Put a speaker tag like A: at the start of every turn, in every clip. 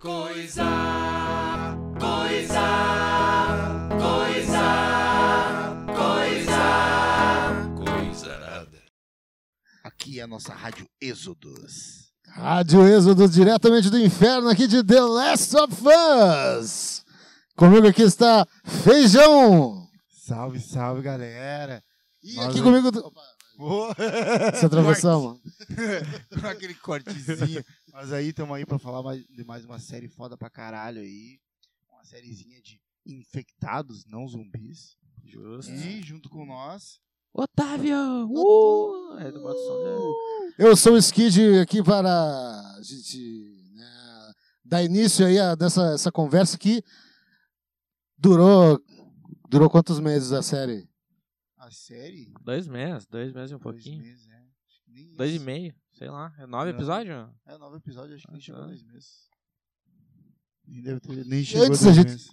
A: Coisa, coisa, coisa, coisa, coisa nada.
B: Aqui é a nossa Rádio Êxodos.
C: Rádio Êxodo diretamente do inferno aqui de The Last of Us. Comigo aqui está Feijão.
D: Salve, salve, galera.
C: E
D: Nós
C: aqui
D: vamos-
C: comigo... Opa,
D: Boa.
C: se atravessou, mano.
D: Com aquele cortezinho. Mas aí estamos aí pra falar mais- de mais uma série foda pra caralho aí. Uma sériezinha de infectados, não zumbis.
E: Justo.
D: E junto com nós,
E: Otávio! Uh! É do Bota o Som, né?
C: Eu sou o Skid aqui para a gente né, dar início aí a dessa essa conversa que durou durou quantos meses a série?
D: a série.
E: Dois meses, dois meses e um pouquinho.
D: Dois meses, é. Acho que nem
E: Dois e
D: isso.
E: meio, sei lá. É nove
D: Não.
E: episódios?
D: É, nove episódios, acho que nem
E: Ah,
D: chegou a
E: tá.
D: dois meses. Nem deve ter. Nem chegou
C: antes
D: a dois
C: a gente-
D: meses.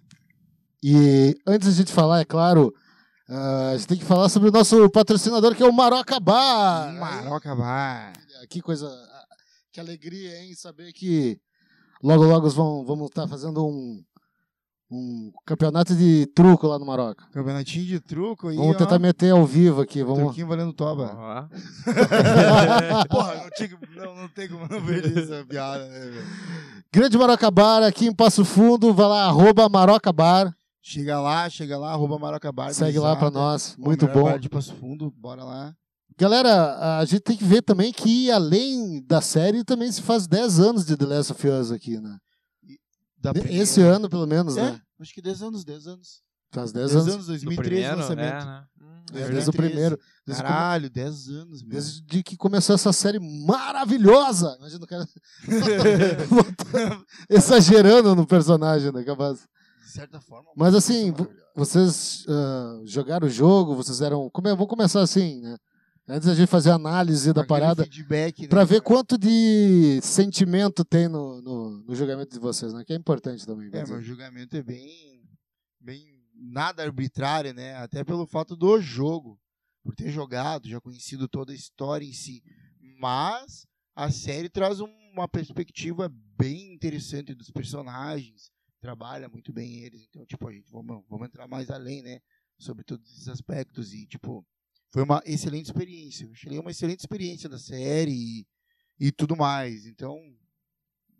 C: E antes de a gente falar, é claro, ah, a gente tem que falar sobre o nosso patrocinador que é o Maroca Bar.
D: Maroca Bar.
C: Que coisa, que alegria, hein, saber que logo logo vão vamos estar fazendo um um campeonato de truco lá no Maroca.
D: Campeonatinho de truco aí.
C: Vamos
D: ó.
C: tentar meter ao vivo aqui, vamos.
D: Truquinho valendo toba.
E: Ó.
D: Porra, eu tinha que- não, não tem como não perder essa piada, né, velho?
C: Grande Maroca Bar aqui em Passo Fundo, vai lá, arroba Maroca Bar,
D: Chega lá, chega lá, arroba Maroca Bar.
C: segue lá pra
D: né?
C: nós, muito bom.
D: De Passo Fundo, bora lá.
C: Galera, a gente tem que ver também que além da série também se faz 10 anos de The Last of Us aqui, né?
D: Da primeira-
C: Esse ano pelo menos,
D: É,
C: né?
D: acho que 10 anos, 10 anos.
C: Faz
D: 10,
C: 10 anos.
D: anos,
E: Do
D: 2013
E: primeiro,
D: lançamento.
E: é, né? Hum,
C: É,
E: verdade.
C: desde o
D: 2013.
C: primeiro, desde, o come-
D: Caralho, 10 anos, meu.
C: desde que começou essa série maravilhosa. Imagina o cara exagerando no personagem, né? Capaz.
D: De certa forma.
C: Mas assim,
D: isso é
C: vo- vocês ah, jogaram o jogo, vocês eram. Come... Vamos começar assim, né? Antes da gente fazer a análise da
D: Aquele
C: parada,
D: Feedback, né,
C: pra ver
D: cara?
C: quanto de sentimento tem no, no, no julgamento de vocês, né? Que é importante também. quer
D: É,
C: dizer.
D: meu julgamento é bem. bem nada arbitrário, né? Até pelo fato do jogo. Por ter jogado, já conhecido toda a história em si. Mas a série traz um- uma perspectiva bem interessante dos personagens. Trabalha muito bem eles. Então, tipo, a gente vamos, vamos entrar mais além, né? Sobre todos esses aspectos. E, tipo, foi uma excelente experiência. Eu achei uma excelente experiência da série e, e tudo mais. Então,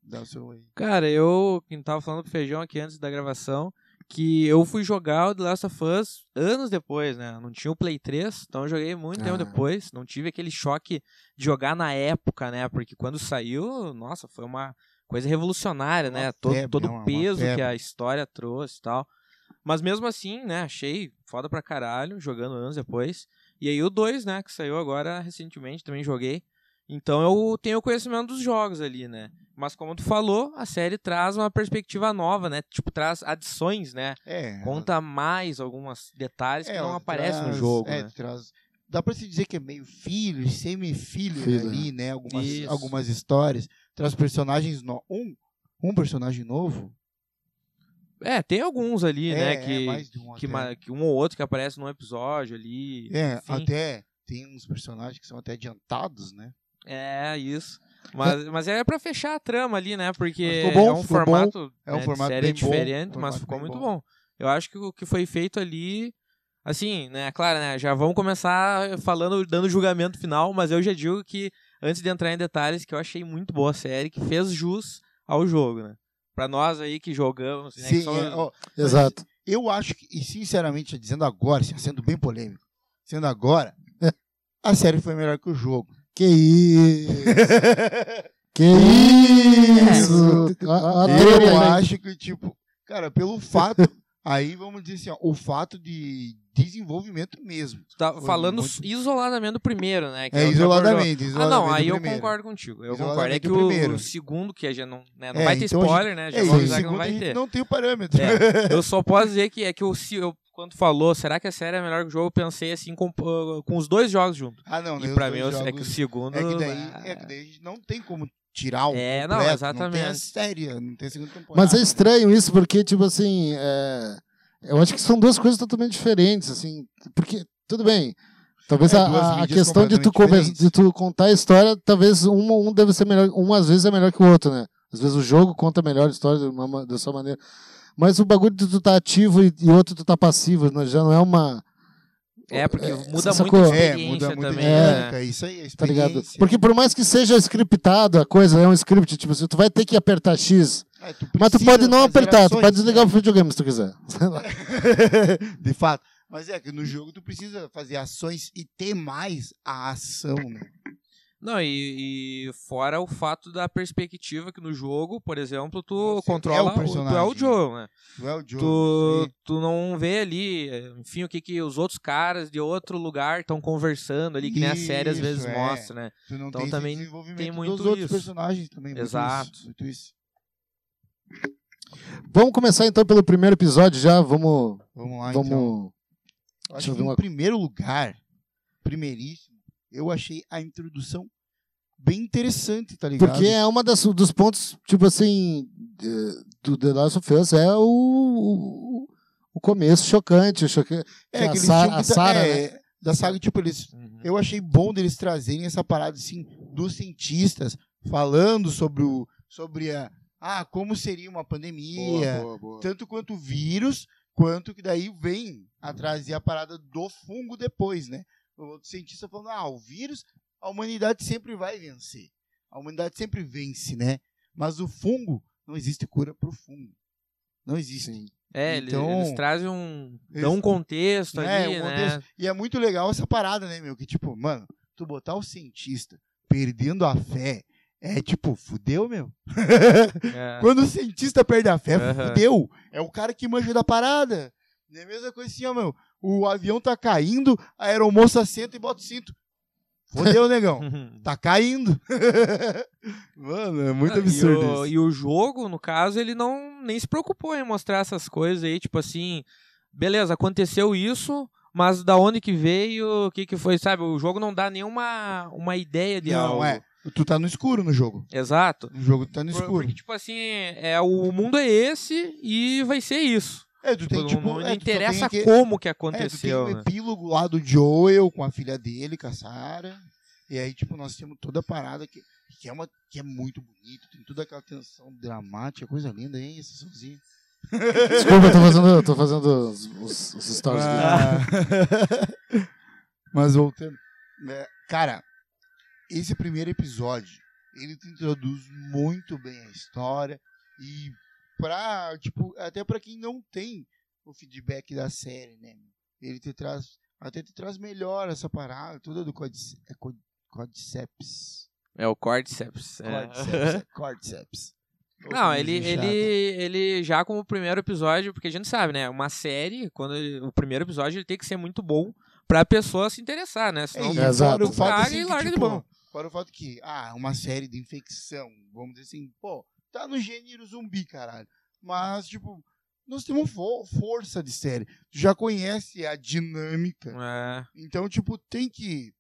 D: dá o seu aí.
E: Cara, eu que tava falando pro Feijão aqui antes da gravação, que eu fui jogar o The Last of Us anos depois, né? Não tinha o Play 3, então eu joguei muito tempo
C: Ah.
E: depois. Não tive aquele choque de jogar na época, né? Porque quando saiu, nossa, foi uma coisa revolucionária,
D: Uma
E: né? Todo,
D: febre,
E: todo
D: né? Uma-
E: o
D: uma
E: peso que
D: febre.
E: a história trouxe e tal. Mas mesmo assim, né? Achei foda pra caralho, jogando anos depois. E aí o 2, né? Que saiu agora recentemente, também joguei. Então eu tenho conhecimento dos jogos ali, né? Mas como tu falou, a série traz uma perspectiva nova, né? Tipo, traz adições, né?
D: É.
E: Conta mais alguns detalhes que
D: É,
E: não
D: ela
E: aparecem no
D: traz-
E: jogo,
D: é,
E: né?
D: traz- dá pra se dizer que é meio filho, semi-filho
C: Filho,
D: ali, né? Algumas,
E: Isso.
D: algumas histórias. Traz personagens no... um, um personagem novo.
E: É, tem alguns ali, né?
D: é,
E: Que,
D: mais de um
E: que,
D: até.
E: ma- que um ou outro que aparece num episódio ali.
D: É,
E: enfim.
D: até tem uns personagens que são até adiantados, né?
E: É, isso. Mas, mas é pra fechar a trama ali, né? Porque
D: Mas ficou bom,
E: é um
D: ficou bom.
E: formato,
D: É um
E: né, de
D: formato
E: série
D: bem bom,
E: diferente, mas
D: formato
E: ficou
D: bem
E: muito
D: bom.
E: bom. Eu acho que o que foi feito ali, assim, né? Claro, né? Já vamos começar falando, dando julgamento final, mas eu já digo que, antes de entrar em detalhes, que eu achei muito boa a série, que fez jus ao jogo, né? Pra nós aí que jogamos, né? que só-
D: é, ó,
C: Exato.
D: eu acho que, e sinceramente, dizendo agora, assim, sendo bem polêmico, sendo agora, a série foi melhor que o jogo.
C: Que isso! que isso! A, a treta
D: Eu
C: aí.
D: acho que, tipo, cara, pelo fato. aí vamos dizer assim, ó, o fato de desenvolvimento mesmo.
E: tu tá
D: foi
E: falando
D: muito-
E: isoladamente do primeiro, né? que
D: É
E: outra coisa-
D: isoladamente,
E: Ah, não,
D: isoladamente
E: aí
D: do
E: eu
D: primeiro.
E: concordo contigo. Eu
D: Isoladamente
E: concordo. É que
D: do
E: o,
D: primeiro.
E: o segundo, que a gente não. né, não
D: É,
E: vai ter
D: então a gente-
E: spoiler, né? Já
D: É, e
E: vamos
D: o
E: avisar que não
D: segundo a
E: vai
D: gente
E: ter.
D: não tem o parâmetro.
E: É, eu só posso dizer que é que eu, se eu quando tu falou, será que a série é melhor que o jogo? Eu pensei assim com, uh, com os dois jogos juntos.
D: Ah, não, né,
E: e
D: os
E: pra mim
D: dois
E: eu- é
D: jogos-
E: que o segundo.
D: é que daí,
E: ah,
D: é que daí a gente não tem como tirar o
E: É,
D: completo,
E: não,
D: Não tem a
E: exatamente.
D: série, não tem a segunda temporada.
C: Mas é estranho isso, porque, tipo assim, é, eu acho que são duas coisas totalmente diferentes, assim, porque, tudo bem, talvez
D: É,
C: a-
D: duas
C: a, a
D: mídias
C: questão de tu,
D: completamente
C: conver-
D: diferentes.
C: de tu contar a história, talvez um, um deve ser melhor, um às vezes é melhor que o outro, né? Às vezes o jogo conta melhor a história de uma, ma- da sua maneira. Mas o bagulho de tu tá ativo e, e outro tu tá passivo, não- já não é uma.
E: É, porque muda
C: sacou?
E: muito a
D: É,
E: experiência
D: muda muito
E: também.
D: a
E: né?
D: dinâmica. Isso aí, a
C: Tá ligado?
D: experiência.
C: Porque por mais que seja scriptado a coisa, é um script, tipo assim, tu vai ter que apertar X.
D: É,
C: Mas tu
D: precisa
C: pode não
D: fazer
C: apertar, tu
D: ações,
C: pode desligar
D: né?
C: o videogame se tu quiser. Sei lá.
D: De fato. Mas é que no jogo tu precisa fazer ações e ter mais a ação, né?
E: Não, e, e fora o fato da perspectiva que no jogo, por exemplo, tu
D: Você é o
E: controla. o- tu é
D: personagem,
E: o
D: né?
E: Joe, né?
D: Tu é o jogo.
E: tu, tu não vê ali, enfim, o que, que os outros caras de outro lugar estão conversando ali, que nem a série às
D: Isso,
E: vezes
D: é.
E: mostra, né?
D: Tu não
E: Então
D: tem
E: também
D: esse desenvolvimento
E: tem muito
D: dos outros
E: isso.
D: personagens também. muito
E: Exato.
D: isso, muito isso.
C: Vamos começar então pelo primeiro episódio já, vamos.
D: Vamos lá,
C: vamos...
D: então. Eu
C: deixa
D: Acho
C: eu
D: que
C: ver
D: em
C: uma-
D: primeiro lugar, primeiríssimo, eu achei a introdução bem interessante, tá ligado?
C: Porque é uma das, dos pontos, tipo assim, de- do The Last of Us é o, o, o começo chocante, o choca- que a
D: que eles
C: Sa-
D: tinham
C: a né?
D: que tra-
C: Sarah,
D: é, Da saga, tipo, eles
E: Uhum.
D: Eu achei bom deles trazerem essa parada assim dos cientistas falando sobre o sobre a ah, como seria uma pandemia,
B: boa, boa.
D: tanto quanto o vírus, quanto que daí vem a trazer a parada do fungo depois, né? O outro cientista falando: "Ah, o vírus, a humanidade sempre vai vencer. A humanidade sempre vence, né? Mas o fungo não existe cura pro fungo. Não existe.
E: É, ele-
D: Então-
E: eles trazem um.
D: Eles-
E: dão um contexto
D: É,
E: ali,
D: um
E: né?
D: contexto. E é muito legal essa parada, né, meu? Que tipo, mano, tu botar o cientista perdendo a fé é tipo, fudeu, meu.
E: É.
D: Quando o cientista perde a fé,
E: Aham.
D: fudeu. É o cara que manja da parada. É a mesma coisa assim, ó, meu. O avião tá caindo, a aeromoça senta e bota o cinto. Fudeu, negão. Tá caindo. mano, é muito
E: Ah,
D: absurdo
E: e o,
D: isso.
E: e o jogo, no caso, ele não nem se preocupou em mostrar essas coisas aí, tipo assim, beleza, aconteceu isso, mas da onde que veio, o que que foi, sabe? O jogo não dá nenhuma uma ideia de algo.
D: Não, é. Tu tá no escuro no jogo.
E: Exato.
D: No jogo tu tá no
E: Por-
D: escuro.
E: Porque, tipo assim, é, o mundo é esse e vai ser isso.
D: É, tu tem,
E: Não-
D: tipo,
E: não, não
D: é, tu só tem
E: interessa
D: aquele-
E: como que
D: É, tu tem o
E: aconteceu, né?
D: epílogo lá do Joel com a filha dele, com a Sarah. E aí, tipo, nós temos toda a parada que, que, é, uma, que é muito bonito. Tem toda aquela tensão dramática, coisa linda, hein? Esse somzinho.
C: Desculpa, eu tô fazendo, eu tô fazendo os, os- os stories. aqui.
D: Ah. Mas voltando. né, Cara, esse primeiro episódio, ele te introduz muito bem a história. E pra, tipo, até pra quem não tem o feedback da série, né? Ele te traz, até te traz melhor essa parada toda do codice, é co- Codiceps.
E: É o Cordyceps. é.
D: Cordyceps. é Cordyceps.
E: Não,
D: Ô,
E: ele,
D: coisinha
E: ele,
D: chata.
E: ele já como o primeiro episódio, porque a gente sabe, né? Uma série, quando ele- o primeiro episódio ele tem que ser muito bom pra pessoa se interessar, né? Senão
D: e
C: É, exato.
D: Fora o fato,
E: Larga
D: assim,
E: e
D: que,
E: larga de
D: tipo,
E: mão.
D: Fora o fato que, ah, uma série de infecção, vamos dizer assim, pô, tá no gênero zumbi, caralho. Mas, tipo, nós temos fo- força de série. Tu já conhece a dinâmica.
E: É,
D: Então, tipo, tem que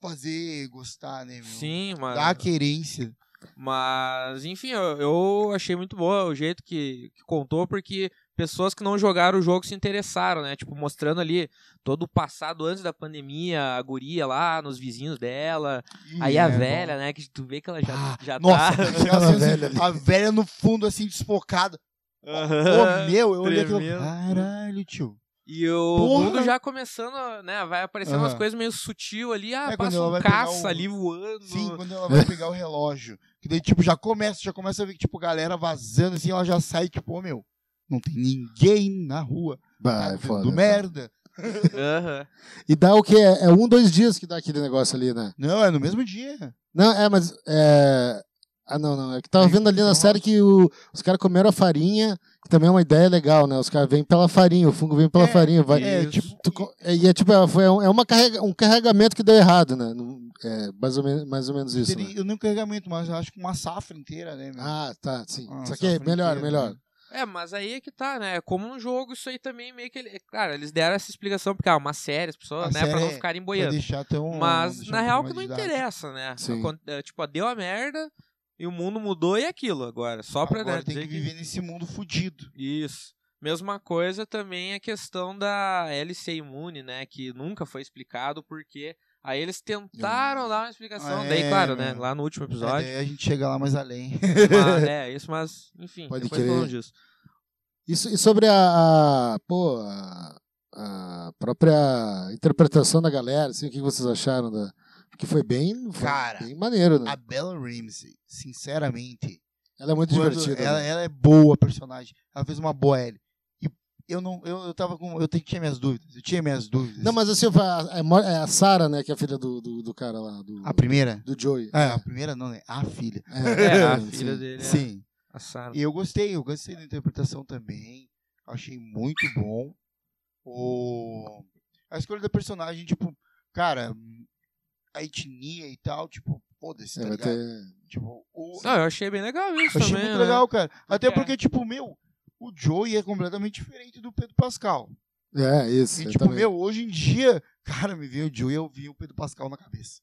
D: fazer gostar, né, meu?
E: sim,
D: Dar a
E: mas,
D: querência.
E: mas enfim, eu, eu achei muito boa o jeito que, que contou, porque pessoas que não jogaram o jogo se interessaram, né? Tipo, mostrando ali todo o passado antes da pandemia, a guria lá, nos vizinhos dela,
D: Ih,
E: aí a
D: né,
E: velha, né? Que tu vê que ela já,
D: Ah,
E: já
D: Nossa,
E: tá.
D: aquela
C: A velha
D: velha, a velha no fundo, assim, desfocada. Ô, meu, eu olhei aquilo.
E: Tremendo.
D: Caralho, tio.
E: E o
D: Porra!
E: mundo já começando, né? Vai aparecendo
D: Aham.
E: umas coisas meio sutil ali. Ah,
D: É, quando
E: passa
D: ela
E: um
D: vai pegar
E: caça
D: o-
E: ali voando.
D: Sim, quando ela vai pegar o relógio. Que daí, tipo, já começa, já começa a ver que, tipo, galera vazando, assim, ela já sai, tipo, ô meu, não tem ninguém na rua.
C: Bah,
D: tá
C: é foda.
D: do merda.
E: Aham.
C: E dá o quê? É um, dois dias que dá aquele negócio ali, né?
D: Não, é no mesmo dia.
C: Não, é, mas. É... Ah, não, não. É que tava
D: É,
C: vendo ali na
D: não.
C: série que o- os caras comeram a farinha, que também é uma ideia legal, né? Os caras vêm pela farinha, o fungo vem pela
D: É,
C: farinha. Vai...
D: É,
E: Isso.
D: tipo,
C: Tu co- é- e é tipo, é, foi, é um- é uma carrega, um carregamento que deu errado, né? Não- É mais ou, men- mais ou menos isso.
D: teria-
C: né?
D: eu não carregamento, mas eu acho que uma safra inteira, né, meu?
C: Ah, tá, sim.
D: Uma
C: Isso aqui é
D: safra
C: melhor,
D: inteira,
C: melhor.
D: né?
E: É, mas aí é que tá, né? É Como um jogo, isso aí também meio que. Ele... é, Cara, eles deram essa explicação, porque é uma série, as pessoas,
D: A
E: né? Pra
D: série
E: não
D: é-
E: ficarem
D: Pra
E: boiando.
D: deixar tão.
E: Mas
D: deixar
E: na
D: um
E: real que
D: pouco
E: não
D: mais didático.
E: interessa, né?
C: Sim.
E: Acon- é, Tipo, ah, deu a merda e o mundo mudou e é aquilo agora. Só pra
D: Agora
E: né,
D: tem
E: dizer
D: que viver nesse mundo fudido.
E: Isso. Mesma coisa também a questão da LC imune, né? Que nunca foi explicado porque Aí eles tentaram dar uma explicação.
D: Ah,
E: Daí,
D: é,
E: claro, né?
D: mano.
E: Lá no último episódio.
D: Daí a gente chega lá mais além.
E: mas, é, isso, mas, enfim,
C: Pode
E: depois
C: crer.
E: falamos disso.
C: Isso, e sobre a, a- pô, a, a própria interpretação da galera, assim, o que vocês acharam da. Porque foi bem, foi
D: Cara,
C: bem maneiro, né?
D: A Bella Ramsey, sinceramente,
C: Ela é muito
D: quando
C: divertida.
D: Ela,
C: né?
D: ela é boa personagem. Ela fez uma boa L. E eu não, eu, eu tava com, eu te- tinha minhas dúvidas. Eu tinha minhas dúvidas.
C: Não, mas assim, a, a, Mo- é a Sarah, né, que é a filha do, do, do cara lá, do,
D: a primeira?
C: do Joey.
D: É, a primeira não, né? A filha.
E: É, a
C: sim.
E: filha dele é
D: Sim.
E: a Sarah.
D: E eu gostei, eu gostei da interpretação também. Achei muito bom. O... A escolha da personagem, tipo, cara, a etnia e tal, tipo, foda-se,
C: É,
D: tá
C: vai
D: ligado?
C: ter-
D: Tipo, o...
E: Não, eu achei bem legal isso
D: Eu achei
E: também,
D: muito
E: né?
D: legal, cara. Até
E: É.
D: porque, tipo, meu, o Joey é completamente diferente do Pedro Pascal.
C: É, isso.
D: E,
C: eu
D: tipo,
C: também.
D: meu, hoje em dia, cara, me veio o Joey, eu vi o Pedro Pascal na cabeça.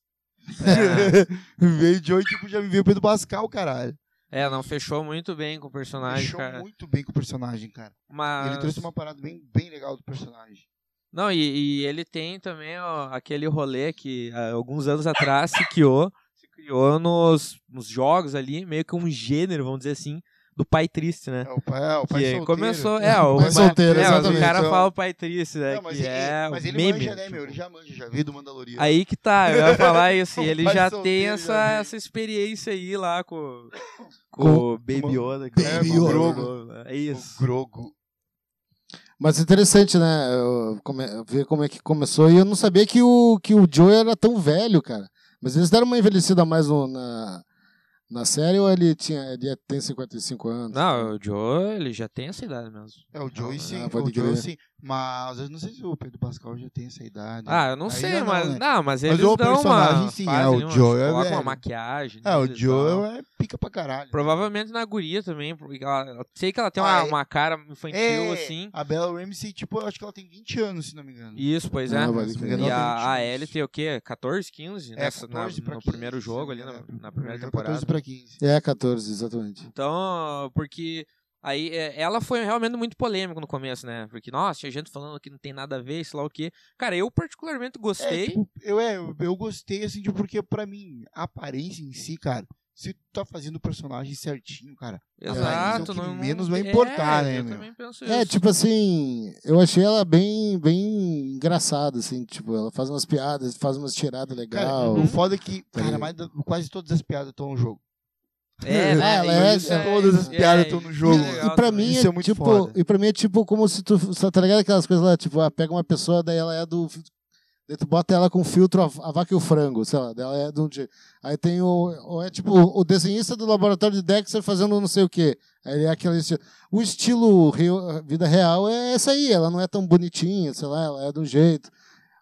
D: me veio o Joey, tipo, já me veio o Pedro Pascal, caralho.
E: É, não, fechou muito bem com o personagem,
D: Fechou
E: cara. Ah,
D: muito bem com o personagem, cara.
E: Mas...
D: Ele trouxe uma parada bem, bem legal do personagem.
E: Não, e, e ele tem também ó, aquele rolê que há alguns anos atrás se criou, se criou nos, nos jogos ali, meio que um gênero, vamos dizer assim, do pai triste, né?
D: É o pai, é, o pai
E: que
D: solteiro.
E: começou, é, o
C: Pai solteiro,
E: é, mas o
C: exatamente.
E: cara
D: Então-
E: fala o pai triste, né?
D: Não, mas,
E: que
D: ele,
E: é
D: mas
E: o
D: ele
E: meme.
D: manja, né, meu?
E: tipo.
D: Ele já manja, já veio do Mandaloriano.
E: Aí que tá, eu ia falar isso, e
D: O
E: ele
D: pai
E: já tem
D: solteiro já
E: essa,
D: viu.
E: essa experiência aí lá com, com,
C: Com-
E: o Baby Yoda. que
C: Baby
E: é, com o
C: Yoda.
E: Grogu, É
D: o
E: isso.
D: Grogo.
C: Mas interessante, né? Eu come- eu ver como é que começou. E eu não sabia que o, que o Joe era tão velho, cara. Mas eles deram uma envelhecida a mais no- na, na série ou ele, tinha, ele é- tem 55 anos?
E: Não, o Joe, ele já tem essa idade mesmo.
D: É, o Joey
E: Ah,
D: sim,
C: pode
D: o Joey
C: crer.
D: sim. Mas eu não sei se o Pedro Pascal já tem essa idade.
E: Ah, eu não
D: Ainda
E: sei,
D: não,
E: mas.
D: né?
E: Não, mas
D: Mas
E: eles
D: o
E: dão uma.
D: personagem, sim,
E: fazem
D: é, o
E: uma-
D: Joe é
E: colocam uma
D: velho.
E: maquiagem.
D: É, o
E: neles e tal.
D: Joe é pica pra caralho.
E: tá Provavelmente na guria também, porque ela, eu sei que ela tem uma,
D: Ah, é-
E: uma cara infantil, assim.
D: A Bella Ramsey, tipo, eu acho que ela tem 20 anos, se não me engano.
E: Isso, pois é.
C: Ah,
D: se
C: vai
D: não me
C: crer.
D: engano,
E: E
D: ela tem 20
E: a, a
D: anos.
E: Ellie tem o quê? 14, 15?
D: É,
E: nessa,
D: 14
E: na,
D: pra né?
E: no
D: 15,
E: primeiro
D: se
E: jogo
D: não
E: ali,
D: me
E: na,
D: engano,
E: na
D: 14
E: primeira temporada.
D: pra 15.
C: É, 14, exatamente.
E: Então, porque. Aí é, ela foi realmente muito polêmica no começo, né? Porque, nossa, tinha gente falando que não tem nada a ver, sei lá o quê. Cara, eu particularmente
D: É,
E: gostei.
D: tipo, eu, é, eu- eu gostei, assim, de porque pra mim, a aparência em si, cara, se tu tá fazendo o personagem certinho, cara,
E: Exato,
D: mas é o que
E: não, não-
D: menos vai
E: é,
D: importar, né,
E: Eu
D: meu?
E: também penso isso.
C: É, tipo assim, eu achei ela bem, bem engraçada, assim, tipo, ela faz umas piadas, faz umas tiradas
D: cara
C: legal.
E: Uhum.
D: o foda é que,
C: Tá
D: cara,
C: ligado.
D: mais da- quase todas as piadas estão no jogo.
E: É, né?
C: Ela
E: E
C: é-
E: isso
D: todas as
E: isso
D: piadas estão no jogo.
E: isso é legal
C: e pra
E: também.
C: mim
D: Isso
C: é,
D: é muito
C: tipo,
D: foda.
C: e para mim é tipo como se tu, sabe, tá ligado aquelas coisas lá, tipo, ah, pega uma pessoa, daí ela é do daí tu bota ela com filtro a, a vaca e o frango, sei lá, daí ela é de um dia. Aí tem o ou é tipo o desenhista do laboratório de Dexter fazendo não sei o quê. Aí ele é aquele estilo. O estilo reo- vida real é essa aí, ela não é tão bonitinha, sei lá, ela é de um jeito.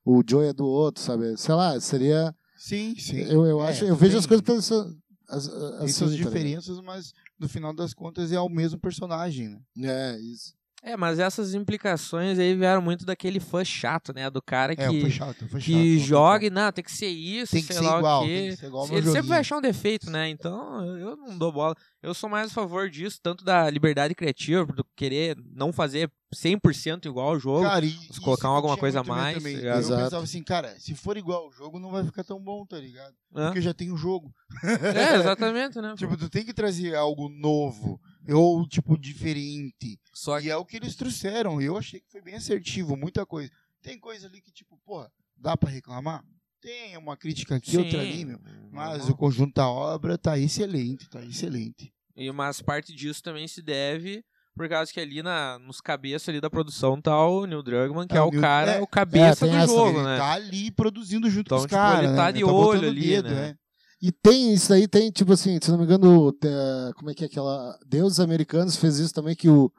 C: O Joey é do outro, sabe? Sei lá, seria
D: Sim, sim.
C: eu, eu
D: É,
C: acho,
D: tu
C: eu vejo
D: tem-
C: as coisas pelas suas- as-
D: Tem
C: assim,
D: suas
C: tá ligado?
D: diferenças, mas no final das contas é o mesmo personagem, né?
C: É, isso.
E: É, mas essas implicações aí vieram muito daquele fã chato, né? Do cara que,
D: É, foi chato, foi chato.
E: que
D: não,
E: joga e, não, tem que ser isso,
D: Tem que
E: sei
D: ser
E: lá
D: igual,
E: o quê.
D: tem que ser igual ao
E: Ele
D: meu
E: sempre vai
D: joguinho.
E: achar um defeito, né? Então, eu- eu não dou bola. Eu sou mais a favor disso, tanto da liberdade criativa, do querer não fazer 100% igual ao um jogo.
D: Cara, e-
E: se
D: e isso
E: colocar alguma
D: tinha
E: coisa a
D: muito medo
E: mais,
D: também.
E: tá
D: Eu
E: ligado?
C: Exato.
D: pensava assim, cara, se for igual ao jogo, não vai ficar tão bom, tá ligado?
E: né?
D: Porque eu já tenho o jogo.
E: É, exatamente, né?
D: Tipo, tu tem que trazer algo novo. Ou, tipo, diferente.
E: Só
D: E é o que eles trouxeram. Eu achei que foi bem assertivo, muita coisa. Tem coisa ali que, tipo, porra, dá pra reclamar? Tem é uma crítica aqui, outra ali, meu. Mas
E: Uhum.
D: o conjunto da obra tá excelente, tá excelente.
E: E mas parte disso também se deve por causa que ali na, nos cabeças ali da produção tá o Neil Druckmann, que
D: É,
E: é,
D: o
E: o
D: Neil-
E: cara,
D: é.
E: o cabeça
C: É, tem
E: do
C: essa,
E: jogo,
D: ele
E: né?
D: tá ali produzindo junto
E: Então,
D: com os
E: tipo,
D: caras.
E: ele tá
D: né?
E: de
D: botando
E: olho
D: o
E: ali,
D: dedo,
E: né?
D: é.
C: E tem isso aí, tem, tipo assim, se não me engano, te- como é que é aquela. Deuses Americanos fez isso também, que o,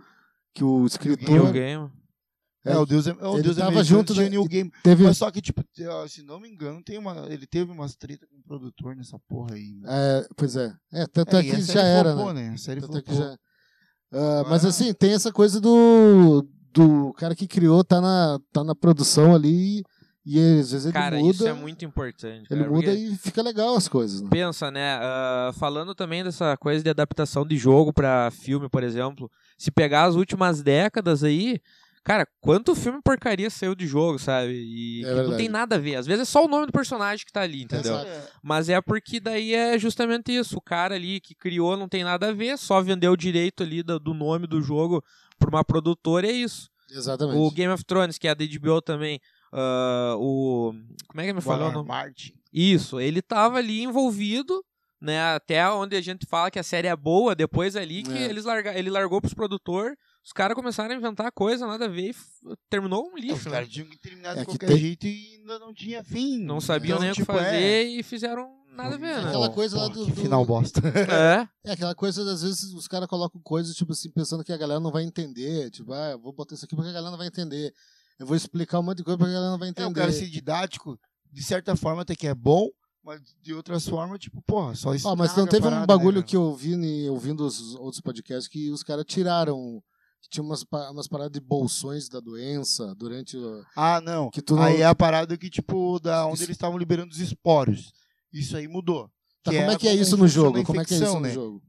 C: que o
E: E o
C: escritor
E: game.
D: É, o Deus, é, o
C: Ele
D: Deus
C: tava
D: americano
C: junto,
D: tinha
C: né?
D: New Game.
C: teve.
D: Mas só que, tipo, eh, se não me engano, tem uma, ele teve umas treta com o produtor nessa porra aí. Né?
C: é, pois é. É, tanto é,
D: e a
C: que
D: série
C: já era,
D: flopou,
C: né?
D: A série
C: Tanto é que
D: flopou.
C: já- Ah, mas
D: Agora-
C: assim, tem essa coisa do, do cara que criou, tá na, tá na produção ali, e ele- às vezes ele
E: Cara,
C: muda.
E: isso é muito importante.
C: Ele
E: cara,
C: muda
E: porque-
C: e fica legal as coisas, né?
E: Pensa, né? ah, falando também dessa coisa de adaptação de jogo pra filme, por exemplo. Se pegar as últimas décadas aí, Cara, quanto filme porcaria saiu de jogo, sabe?
C: É
E: E que não
C: verdade.
E: tem nada a ver. Às vezes é só o nome do personagem que tá ali, entendeu?
C: Exato.
E: Mas é porque daí é justamente isso. O cara ali que criou não tem nada a ver, só vendeu o direito ali do, do nome do jogo pra uma produtora e é isso.
C: Exatamente.
E: O Game of Thrones, que é a da HBO também, ah, o... Como é que me falou o
D: Falou
E: nome?
D: Martin.
E: Isso, ele tava ali envolvido, né? Até onde a gente fala que a série é boa, depois ali que
C: É.
E: eles larga, ele largou pros produtor, os caras começaram a inventar coisa, nada a ver, e f- terminou um
D: Os
E: lixo, né?
D: caras tinham que terminar
C: É
D: de
C: que
D: qualquer
C: tem-
D: jeito e ainda não tinha fim.
E: Não sabiam nem o
D: tipo,
E: que fazer
D: é,
E: e fizeram nada a ver, né?
C: Aquela coisa lá
D: Pô,
C: do-
D: que
C: do-
D: final bosta.
E: É,
C: É aquela coisa, às vezes os caras colocam coisas, tipo assim, pensando que a galera não vai entender. Tipo, ah, eu vou botar isso aqui porque a galera não vai entender. Eu vou explicar um monte de coisa porque a galera não vai
D: É, o
C: entender.
D: cara ser didático, de certa forma até que é bom, mas de outras formas, tipo, porra, só isso.
C: Ó, mas não teve
D: né,
C: um bagulho que eu vi ne- ouvindo os outros podcasts que os caras tiraram. Que tinha umas, pa- umas paradas de bolsões da doença durante o.
D: Ah, não.
C: Que tu não-
D: Aí é a parada que, tipo, da onde
C: Isso-
D: eles estavam liberando os esporos. Isso aí mudou.
C: Tá,
D: que
C: como é
D: era
C: que é
D: como um
C: isso no
D: funciona
C: jogo?
D: a
C: Como é que é isso
D: infecção,
C: no
D: né?
C: jogo?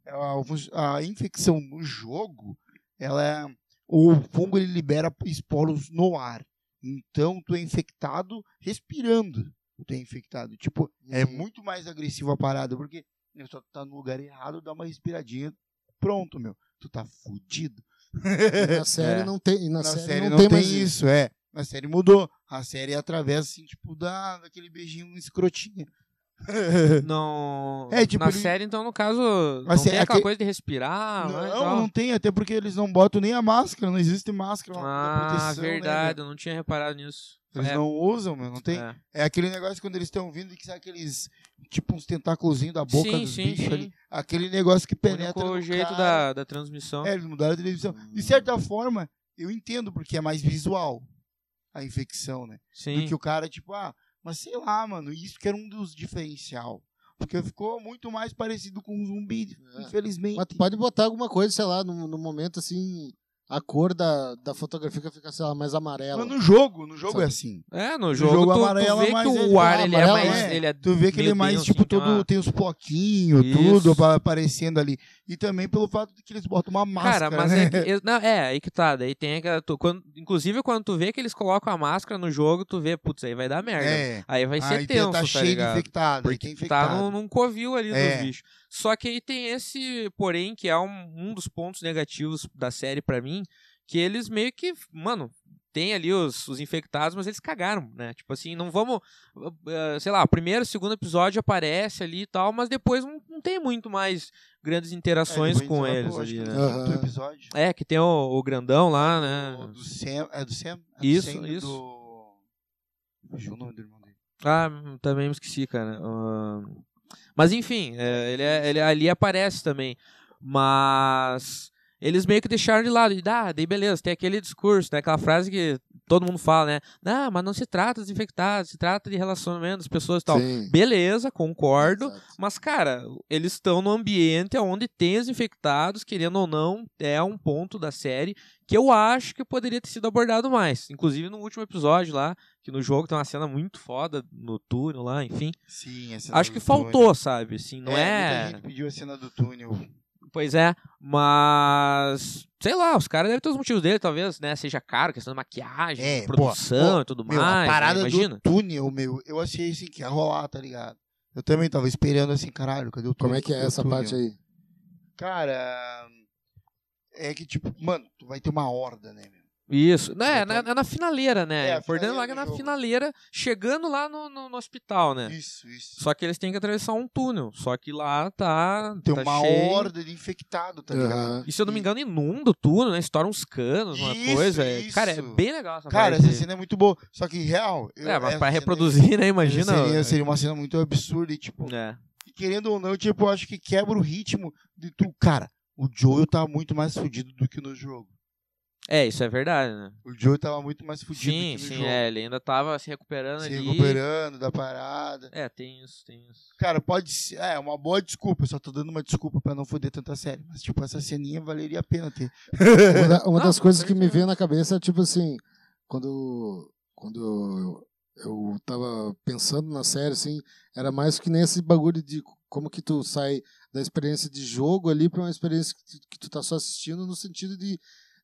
D: a, a infecção no jogo, ela é- o fungo ele libera esporos no ar. Então tu é infectado respirando. Tu é infectado. Tipo, é
C: Uhum.
D: muito mais agressivo a parada, porque meu, só tu tá no lugar errado, dá uma respiradinha, pronto, meu. Tu tá fudido.
C: E na série
E: É.
C: não tem. e na,
D: Na
C: série,
D: série
C: não,
D: não
C: tem,
D: tem,
C: mais
D: isso. é. Na série mudou. A série atravessa, assim, tipo, da, daquele beijinho escrotinho.
E: não...
D: É, tipo,
E: na
D: ele-
E: série, então, no caso, não
D: Mas é
E: tem aquela
D: aquele-
E: coisa de respirar, né, e
D: não,
E: tal.
D: não tem, até porque eles não botam nem a máscara, não existe máscara. uma
E: Ah,
D: proteção, né,
E: verdade, eu não tinha reparado nisso.
D: Eles
E: É,
D: não usam, meu, não tem.
E: é.
D: É aquele negócio quando eles estão vindo que sai aqueles. Tipo uns tentáculozinhos da boca
E: Sim,
D: dos
E: sim,
D: bichos
E: sim.
D: ali. Aquele negócio que
E: O
D: penetra.
E: único
D: no
E: jeito
D: cara.
E: da, da Hum. transmissão.
D: É, eles mudaram a televisão. De certa forma, eu entendo porque é mais visual a infecção, né?
E: Sim.
D: Do que o cara, tipo, ah, mas sei lá, mano, isso que era um dos diferencial. Porque ficou muito mais parecido com um zumbi,
C: É.
D: infelizmente.
C: Mas tu pode botar alguma coisa, sei lá, no, no momento assim. A cor da, da fotografia fica, fica, sei lá, mais amarela.
D: Mas no jogo, no jogo
C: Sabe?
D: é assim.
E: É, no
D: No
E: jogo,
D: jogo
E: tu, tu
D: amarelo,
E: vê
D: mas
E: que
D: ele-
E: o ar
C: ah,
E: ele é
C: amarelo,
E: mais.
D: é.
E: Ele é
D: Tu vê que
E: meio
D: ele é mais,
E: denso,
D: tipo,
E: assim, tem
D: todo.
E: uma-
D: Tem os floquinhos,
E: Isso.
D: tudo apa- aparecendo ali. E também pelo fato de que eles botam uma máscara.
E: Cara, mas
D: né?
E: é, que- eu- não, é, aí que tá. Daí tem aquela. tu- quando- inclusive, quando tu vê que eles colocam a máscara no jogo, tu vê, putz, aí vai dar merda.
D: É.
E: Aí vai ser
D: Aí tem-
E: tenso,
D: tá
E: tá,
D: cheio de
E: ligado?
D: infectado. aí
E: Porque
D: tem infectado.
E: tá num, num covil ali
D: É.
E: dos bichos. Só que aí tem esse, porém, que é um, um dos pontos negativos da série pra mim, que eles meio que, mano, tem ali os, os infectados, mas eles cagaram, né? Tipo assim, não vamos, ah, ah, sei lá, o primeiro, segundo episódio aparece ali e tal, mas depois não, não tem muito mais grandes interações
D: É,
E: com
D: depois
E: eles
D: eu acho
E: ali,
D: que
E: né?
D: no quinto
C: Aham.
D: episódio.
E: É, que tem o, o grandão lá,
D: o
E: né?
D: Do Sam, é do Sam? É do
E: Isso,
D: Sam,
E: isso.
D: Do... Fugiu o nome do irmão dele.
E: Ah, também me esqueci, cara. Ah, Mas enfim, é, ele, é- ele ali aparece também. Mas eles meio que deixaram de lado. E dá, daí beleza, tem aquele discurso, né? Aquela frase que todo mundo fala, né? Não, mas não se trata dos infectados, se trata de relacionamento das pessoas e tal.
C: Sim.
E: Beleza, concordo.
C: Exato.
E: Mas, cara, eles estão no ambiente onde tem os infectados, querendo ou não, é um ponto da série que eu acho que poderia ter sido abordado mais. Inclusive no último episódio lá, que no jogo tem uma cena muito foda no túnel lá, enfim.
D: Sim, essa
E: Acho que faltou, sabe? Assim, não
D: Muita
E: é.
D: gente pediu a cena do túnel.
E: Pois é, mas. Sei lá, os caras devem ter os motivos dele, talvez, né? Seja caro, questão de maquiagem,
D: É,
E: de produção
D: pô,
E: e tudo
D: Meu,
E: mais.
D: a parada
E: né? Imagina.
D: do túnel, meu, eu achei assim que ia rolar, tá ligado? Eu também tava esperando assim, caralho, cadê o túnel?
C: Como é que é
D: Cadê o
C: essa
D: túnel?
C: parte aí?
D: Cara, é que tipo, mano, tu vai ter uma horda, né, meu?
E: Isso. Não, é,
D: Então-
E: na, é na finaleira, né?
D: É,
E: É,
D: a
E: Importante lá que é
D: finaleira
E: na
D: do jogo.
E: finaleira, chegando lá no, no, no hospital, né?
D: Isso, isso.
E: Só que eles têm que atravessar um túnel. Só que lá tá.
D: Tem
E: tá
D: uma
E: cheio.
D: horda de infectado, tá ligado?
C: Aham.
E: E se eu não me engano, inunda o túnel, né? Estoura uns canos, uma
D: Isso,
E: coisa. É- Cara, é
D: isso.
E: bem legal essa
D: Cara,
E: parte.
D: essa cena é muito boa. Só que, em real. eu-
E: É, mas
D: essa
E: pra
D: cena-
E: reproduzir,
D: essa
E: né? Imagina.
D: Seria, seria uma cena muito absurda e, tipo,
E: É.
D: e querendo ou não, tipo, eu acho que quebra o ritmo de tu. Cara, o Joel tá muito mais fudido do que no jogo.
E: É, isso é verdade, né?
D: O Joel tava muito mais fudido
E: Sim,
D: do que no
E: sim,
D: jogo.
E: é, ele ainda tava se recuperando
D: Se
E: ali.
D: recuperando da parada.
E: É, tem isso, tem isso.
D: Cara, pode ser. É, uma boa desculpa. Eu só tô dando uma desculpa pra não foder tanta série. Mas, tipo, essa ceninha valeria a pena ter.
C: Uma, da- uma
E: Ah,
C: das
E: com
C: coisas que me
E: certeza.
C: veio na cabeça é tipo assim, quando, quando eu, eu tava pensando na série, assim, era mais que nem esse bagulho de como que tu sai da experiência de jogo ali pra uma experiência que tu, que tu tá só assistindo no sentido de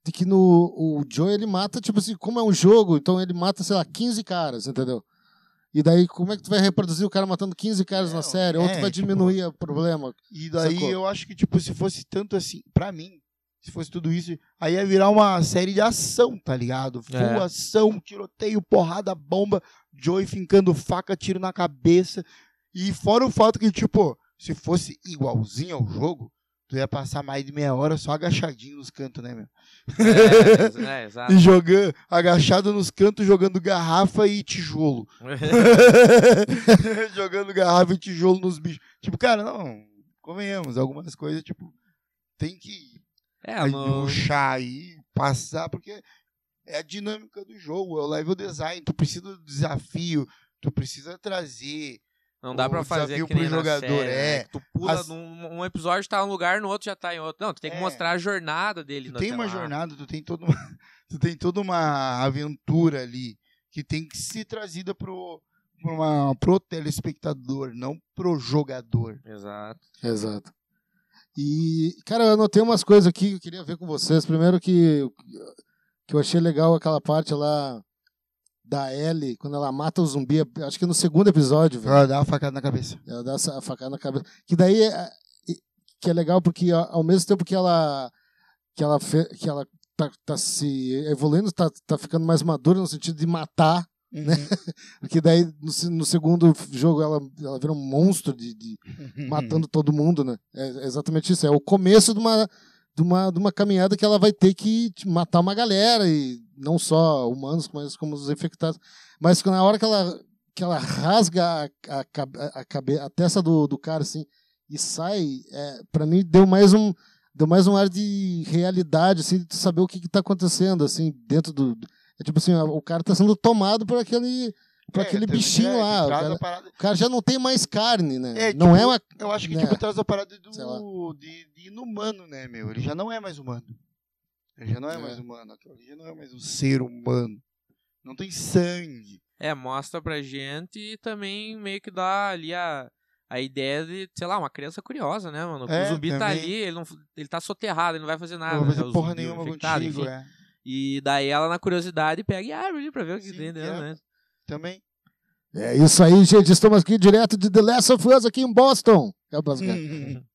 C: de que no o Joe ele mata, tipo assim, como é um jogo, então ele mata, sei lá, 15 caras, entendeu? E daí, como é que tu vai reproduzir o cara matando 15 caras na
D: Não,
C: série? Ou tu
D: é,
C: vai
D: tipo-
C: diminuir o problema?
D: E daí
C: Sacou?
D: eu acho que, tipo, se fosse tanto assim, pra mim, se fosse tudo isso, aí ia virar uma série de ação, tá ligado? Full
E: É.
D: ação, tiroteio, porrada, bomba, Joey fincando faca, tiro na cabeça. E fora o fato que, tipo, se fosse igualzinho ao jogo, tu ia passar mais de meia hora só agachadinho nos cantos, né, meu?
E: É, é, exato.
D: E jogando, agachado nos cantos, jogando garrafa e tijolo. jogando garrafa e tijolo nos bichos. Tipo, cara, não, convenhamos, algumas coisas, tipo, tem que
E: É,
D: aí
E: no-
D: puxar aí, passar, porque é a dinâmica do jogo, é o level design, tu precisa do desafio, tu precisa trazer.
E: não dá pra
D: o
E: fazer
D: um desafio
E: que nem
D: pro
E: na
D: jogador,
E: série, né,
D: é.
E: que Tu pula
D: As-
E: num um episódio, tá em um lugar, no outro já tá em outro. Não, tu tem que
D: É.
E: mostrar a jornada dele.
D: Tu
E: na-
D: tem
E: até
D: uma
E: lá.
D: jornada, tu tem toda uma, tu tem toda uma aventura ali que tem que ser trazida pro pro uma, pro telespectador, não pro jogador.
E: Exato.
C: Exato. E, cara, eu anotei umas coisas aqui que eu queria ver com vocês. Primeiro que, que eu achei legal aquela parte lá da Ellie, quando ela mata o zumbi, acho que é no segundo episódio, velho.
D: Ela dá uma facada na cabeça.
C: Ela dá essa facada na cabeça. Que daí é, e- que é legal porque a- ao mesmo tempo que ela que ela fe- que ela tá, tá se evoluindo, tá, tá ficando mais madura no sentido de matar, né? porque daí no, se- no segundo jogo ela, ela vira um monstro de, de
D: Uhum.
C: matando todo mundo, né? É exatamente isso, é o começo de uma de uma, de uma caminhada que ela vai ter que matar uma galera e não só humanos, mas como os infectados. Mas na hora que ela, que ela rasga a, a, cabe- a, cabe- a testa do, do cara assim e sai, é, para mim deu mais um deu mais um ar de realidade, assim, de saber o que, que tá acontecendo, assim, dentro do. É tipo assim, o cara tá sendo tomado por aquele, por
D: É,
C: aquele
D: teve-
C: bichinho
D: é,
C: lá.
D: que
C: O
D: traz
C: cara,
D: a parada-
C: o cara já não tem mais carne, né?
D: É,
C: não
D: tipo,
C: é uma.
D: Eu acho que
C: né,
D: tipo traz a parada
C: sei lá.
D: do de, de inumano, né, meu? Ele já não é mais humano. Ele já não é,
C: É.
D: mais humano, aquilo ali já não é mais um ser humano. Não tem sangue.
E: É, mostra pra gente e também meio que dá ali a, a ideia de, sei lá, uma criança curiosa, né, mano?
D: É,
E: o zumbi tá
D: também.
E: ali, ele, não, ele tá soterrado, ele não vai fazer nada.
D: não vai fazer
E: né? O
D: porra
E: zumbi, o
D: nenhuma
E: infectado,
D: contigo,
E: enfim.
D: é.
E: E daí ela, na curiosidade, pega e abre ali pra ver o que
D: Sim,
E: tem dentro,
D: é.
E: né?
D: Também.
C: É isso aí, gente. Estamos aqui direto de The Last of Us aqui em Boston. É basicamente.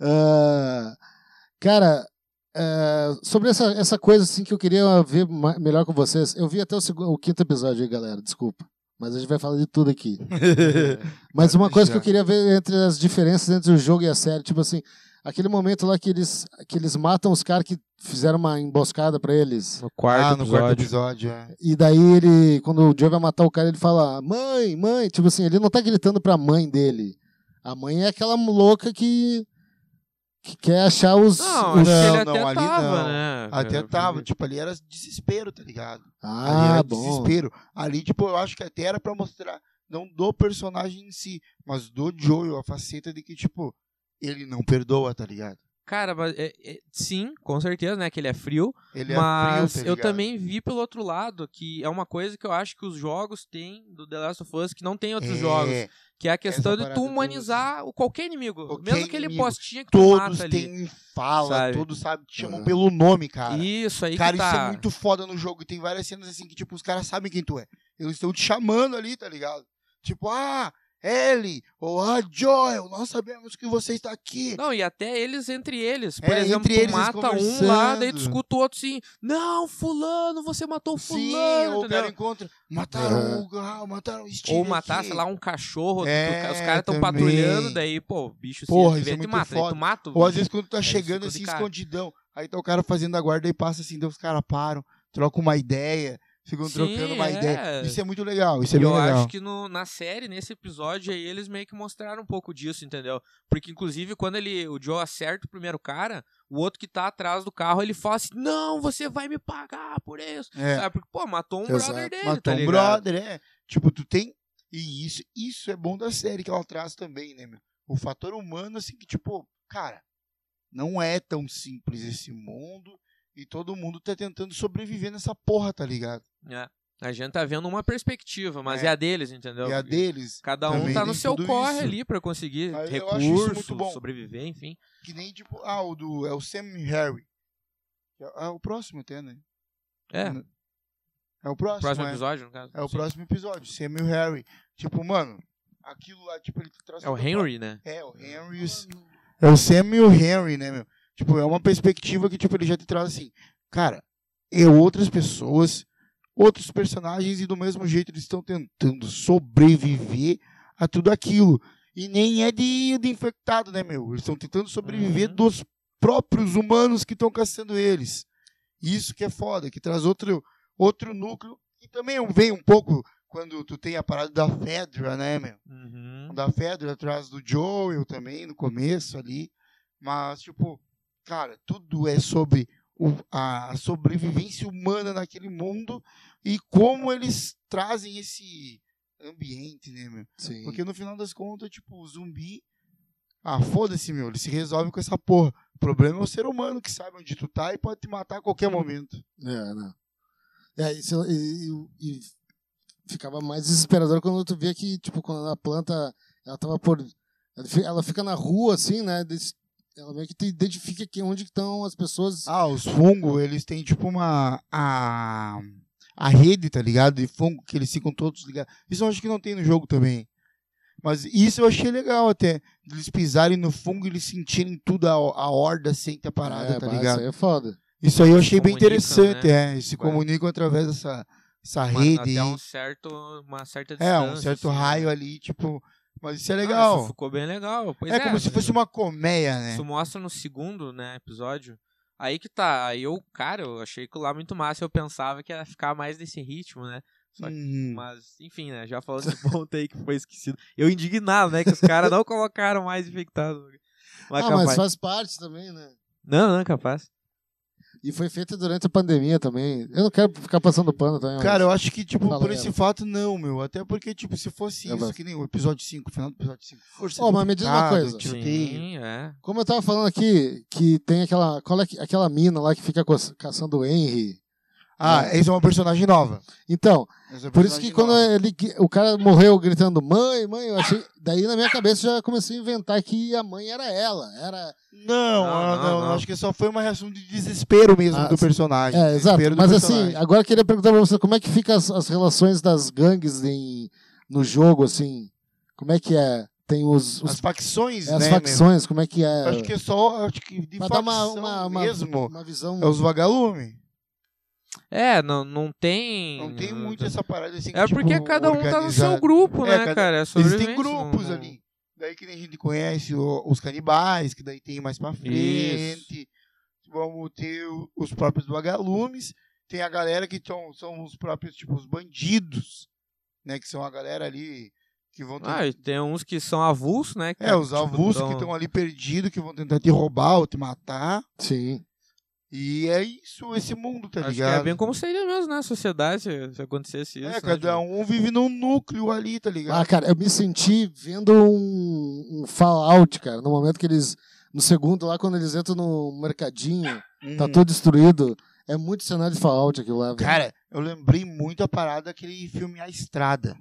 C: Ah, cara, ah, sobre essa, essa coisa assim que eu queria ver ma- melhor com vocês. Eu vi até o, segu- o quinto episódio aí, galera. Desculpa. Mas a gente vai falar de tudo aqui. Mas uma coisa que eu queria ver entre as diferenças entre o jogo e a série, tipo assim, aquele momento lá que eles, que eles matam os caras que fizeram uma emboscada pra eles.
E: No
D: ah,
E: quarto
D: no quarto episódio, é.
C: E daí ele, quando o Joe vai matar o cara, ele fala: "Mãe, mãe", tipo assim, ele não tá gritando pra mãe dele. A mãe é aquela louca que que quer achar os,
E: Não,
C: os-
E: acho que ele é
D: Não,
E: até
D: não, ali
E: tava,
D: não.
E: né?
D: Até
E: cara?
D: tava, tipo, ali era desespero, tá ligado? Ali
C: Ah,
D: era
C: bom.
D: é desespero. Ali, tipo, eu acho que até era pra mostrar, não do personagem em si, mas do Joel, a faceta de que, tipo, ele não perdoa, tá ligado?
E: Cara, mas é- é- sim, com certeza, né? Que ele é frio.
D: Ele
E: mas
D: é frio, tá
E: eu
D: ligado?
E: também vi pelo outro lado, que é uma coisa que eu acho que os jogos têm do The Last of Us que não tem em
D: É,
E: outros jogos. Que é a questão de
D: parada
E: tu
D: do-
E: humanizar o qualquer inimigo.
D: Qualquer
E: mesmo aquele
D: inimigo.
E: postinho que tu
D: Todos
E: mata ali.
D: têm fala,
E: sabe?
D: todos sabem, te chamam
C: Uhum.
D: pelo nome, cara.
E: Isso aí
D: cara,
E: que
D: isso
E: tá.
D: é muito foda no jogo. E tem várias cenas assim que, tipo, os caras sabem quem tu é. Eles estão te chamando ali, tá ligado? Tipo, ah, Ellie, ou ah, Joel, nós sabemos que você está aqui.
E: Não, e até eles entre eles. Por
D: É,
E: exemplo,
D: entre
E: tu
D: eles
E: mata um
D: conversando.
E: lá, daí tu escuta o outro assim, não, fulano, você matou
D: Sim,
E: fulano,
D: ou o
E: entendeu?
D: cara encontra. Mataram
C: Uhum.
D: o Gal, mataram o Steve.
E: Ou matar,
D: aqui.
E: sei lá, um cachorro.
D: É,
E: tu- os caras estão
D: também.
E: patrulhando, daí, pô, o bicho
D: Porra,
E: se
D: isso é
E: vê, te
D: muito
E: mata. Daí tu
D: foda.
E: mata o
D: Ou às
E: bicho.
D: vezes quando tu tá
E: eles
D: chegando
E: ficam de
D: assim,
E: cara.
D: escondidão, aí tá o cara fazendo a guarda e passa assim, daí os caras param, trocam uma ideia, ficam
E: Sim,
D: trocando uma
E: é.
D: ideia. Isso é muito legal, isso é
E: E
D: bem
E: eu
D: legal.
E: acho que no- na série, nesse episódio aí, eles meio que mostraram um pouco disso, entendeu? Porque, inclusive, quando ele, o Joe acerta o primeiro cara, o outro que tá atrás do carro, ele fala assim, não, você vai me pagar por isso.
D: É.
E: Sabe? Porque, pô, matou um
C: Exato.
E: brother dele,
D: Matou
E: tá
D: um
E: ligado?
D: brother, é. Tipo, tu tem. E isso, isso é bom da série que ela traz também, né, meu? O fator humano, assim, que, tipo, cara, não é tão simples esse mundo. E todo mundo tá tentando sobreviver nessa porra, tá ligado?
E: É. A gente tá vendo uma perspectiva, mas é,
D: É.
E: a deles, entendeu?
D: E a deles,
E: Cada um
D: Também
E: tá
D: tem
E: no seu
D: tudo
E: corre
D: isso.
E: ali pra conseguir
D: Aí eu acho isso muito
E: recursos,
D: bom.
E: sobreviver, enfim.
D: que nem, tipo, ah, o do. É o Sam e Harry. É o próximo, até, né?
E: É,
D: Não, É o próximo,
E: próximo
D: é.
E: episódio, no caso.
D: É o
E: Sim.
D: próximo episódio, Sam e o Harry. Tipo, mano, aquilo lá, tipo, ele traz...
E: É o Henry, né?
D: É, o Henry. e o- É o Sam e o Henry, né, meu? Tipo, é uma perspectiva que, tipo, ele já te traz assim, cara, é outras pessoas, outros personagens, e do mesmo jeito eles estão tentando sobreviver a tudo aquilo. E nem é de, de infectado, né, meu? Eles estão tentando sobreviver
E: Uhum.
D: dos próprios humanos que estão caçando eles. Isso que é foda, que traz outro, outro núcleo. E também vem um pouco quando tu tem a parada da Fedra, né, meu?
E: Uhum.
D: da Fedra atrás do Joel também, no começo ali. Mas, tipo, cara, tudo é sobre o- a sobrevivência humana naquele mundo e como eles trazem esse ambiente, né, meu?
C: Sim.
D: Porque no final das contas, tipo, o zumbi. Ah, foda-se, meu, ele se resolve com essa porra. O problema é o ser humano que sabe onde tu tá e pode te matar a qualquer momento.
C: É, não. É, isso, e, e- e ficava mais desesperador quando tu via que, tipo, quando a planta, ela tava por... ela fi- Ela fica na rua, assim, né? des- Ela meio que te identifica que onde que estão as pessoas.
D: Ah, os fungos, eles têm tipo uma. A, a rede, tá ligado? De fungo que eles ficam todos ligados. Isso eu acho que não tem no jogo também. Mas isso eu achei legal até. Eles pisarem no fungo e eles sentirem tudo a, a horda sem ter parada,
C: é,
D: tá
C: bah,
D: ligado?
C: Isso aí é foda.
D: Isso aí eu achei bem
E: Comunicam,
D: interessante, é. Eles se
E: né? Vai.
D: comunicam através dessa, dessa
E: Uma-
D: rede.
E: Até
D: aí.
E: um certo, uma certa
D: é,
E: distância.
D: um certo
E: assim, né?
D: raio ali, tipo. Mas isso é
E: Ah,
D: legal.
E: isso ficou bem legal. Pois
D: é,
E: é,
D: como se
E: mas
D: fosse uma colmeia, né?
E: Isso mostra no segundo, né, episódio. Aí que tá. Aí eu, cara, eu achei que lá muito massa. Eu pensava que ia ficar mais nesse ritmo, né? só que
D: Hum.
E: Mas, enfim, né? Já falando de ponto aí que foi esquecido. Eu indignado, né? Que os caras não colocaram mais infectado. Mas
C: ah,
E: capaz.
C: mas faz parte também, né?
E: Não, não, capaz.
C: E foi feita durante a pandemia também. Eu não quero ficar passando pano também. mas-
D: Cara, eu acho que, tipo,
C: Fala,
D: por
C: Léo.
D: esse fato, não, meu. Até porque, tipo, se fosse
C: É,
D: isso,
C: mas-
D: que nem o episódio 5, final do episódio 5. Força
C: Ó,
D: do
C: mas me diz uma
D: pecado,
C: coisa.
D: Tiroteio.
E: Sim, é.
C: Como eu tava falando aqui, que tem aquela. Qual é que- aquela mina lá que fica co- caçando o Henry?
D: Ah, essa é uma personagem nova.
C: Então,
D: Essa é uma
C: Por isso
D: personagem
C: que quando
D: nova.
C: ele, o cara morreu gritando mãe, mãe, eu achei. Daí na minha cabeça eu já comecei a inventar que a mãe era ela. Era.
D: Não,
E: Não,
D: ah, não,
E: não, não.
D: acho que só foi uma reação de desespero mesmo
C: Ah,
D: do personagem.
C: É, exato.
D: desespero do
C: Mas
D: personagem.
C: assim, agora eu queria perguntar pra você como é que fica as, as relações das gangues em, no jogo, assim. Como é que é? Tem os. os-
D: As facções,
C: é, as
D: né,
C: facções, como é que é?
D: meu? Acho que é só, acho que de
C: Pra dar
D: facção
C: uma, uma, uma,
D: mesmo.
C: uma visão.
D: É os vagalume.
E: É, não, não tem.
D: Não tem muito essa parada assim.
E: Uhum. É
D: que,
E: porque
D: tipo,
E: cada um tá no seu
D: organizado.
E: grupo,
D: É,
E: né,
D: cada-
E: cara? É
D: Existem
E: sobrevivência, não- né?
D: grupos
E: não-
D: ali. Daí que nem a gente conhece o- os canibais, que daí tem mais pra frente. Vamos ter o- os próprios vagalumes. Tem a galera que tão, são os próprios, tipo, os bandidos, né? Que são a galera ali que vão tentar.
E: Ah, e tem uns que são avulsos, né? que,
D: é, os
E: tipo,
D: avulsos
E: tão-
D: que estão ali perdidos, que vão tentar te roubar ou te matar.
C: Sim.
D: E é isso, esse mundo, tá
E: Acho que
D: ligado?
E: é bem como seria mesmo, né? A sociedade, se, se acontecesse isso.
D: É,
E: né,
D: cada
E: tipo,
D: um vive num núcleo ali, tá ligado?
C: Ah, cara, eu me senti vendo um, um Fallout, cara, no momento que eles. No segundo, lá quando eles entram no mercadinho.
D: Hum.
C: Tá tudo destruído. É muito cenário de Fallout aquilo lá. velho.
D: Cara, eu lembrei muito a parada daquele filme A Estrada.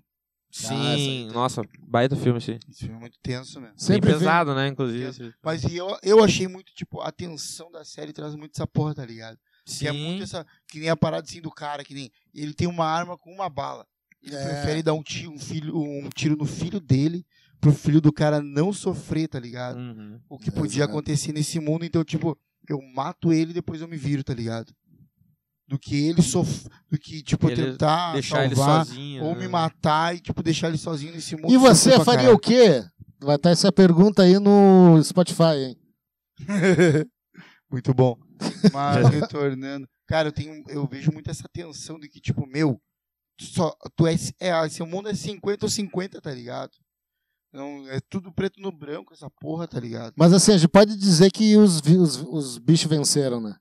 E: Sim, nossa, baita filme, sim.
D: Esse filme é muito tenso mesmo.
C: sempre
E: Bem pesado, né, inclusive.
D: Mas e eu, eu achei muito, tipo, a tensão da série traz muito essa porra, tá ligado? Que é muito essa. Que nem a parada assim do cara, que nem. Ele tem uma arma com uma bala. Ele
C: É.
D: prefere dar um tiro, um, filho, um tiro no filho dele, pro filho do cara não sofrer, tá ligado?
E: Uhum.
D: O que podia
C: Exato.
D: acontecer nesse mundo, então, tipo, eu mato ele e depois eu me viro, tá ligado? Do que ele sofrer. Do que, tipo,
E: Ele
D: tentar
E: Deixar ele
D: salvar
E: sozinho.
D: ou
E: né?
D: me matar e, tipo, deixar ele sozinho nesse mundo.
C: E você
D: sofrer pra
C: faria o quê? Vai estar essa pergunta aí no Spotify, hein?
D: Muito bom. Mas retornando. Cara, eu tenho. Eu vejo muito essa tensão de que, tipo, meu, tu só, tu és, é, ah, seu mundo é 50 ou 50, tá ligado? Não, é tudo preto no branco, essa porra, tá ligado?
C: Mas assim, a gente pode dizer que os, vi- os, os bichos venceram, né?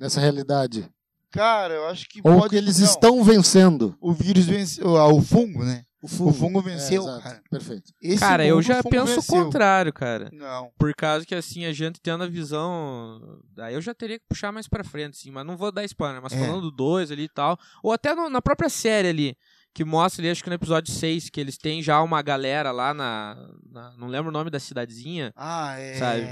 C: Nessa realidade.
D: Cara, eu acho que
C: Ou
D: pode-
C: que eles
D: não,
C: estão vencendo.
D: O vírus venceu. ah, O fungo, né?
C: fungo.
D: O fungo venceu,
C: exato.
D: cara.
C: Perfeito.
D: Esse
E: Cara, eu
D: mundo, o
E: já
D: fungo
E: penso o
D: venceu.
E: contrário, cara.
D: Não.
E: Por causa que, assim, a gente tendo a visão. Aí eu já teria que puxar mais pra frente, assim, mas não vou dar spoiler. Mas
D: É.
E: falando do 2 ali e tal. Ou até no- na própria série ali. Que mostra ali, acho que no episódio 6, que eles têm já uma galera lá na. na- não lembro o nome da cidadezinha.
D: Ah, é.
E: Sabe?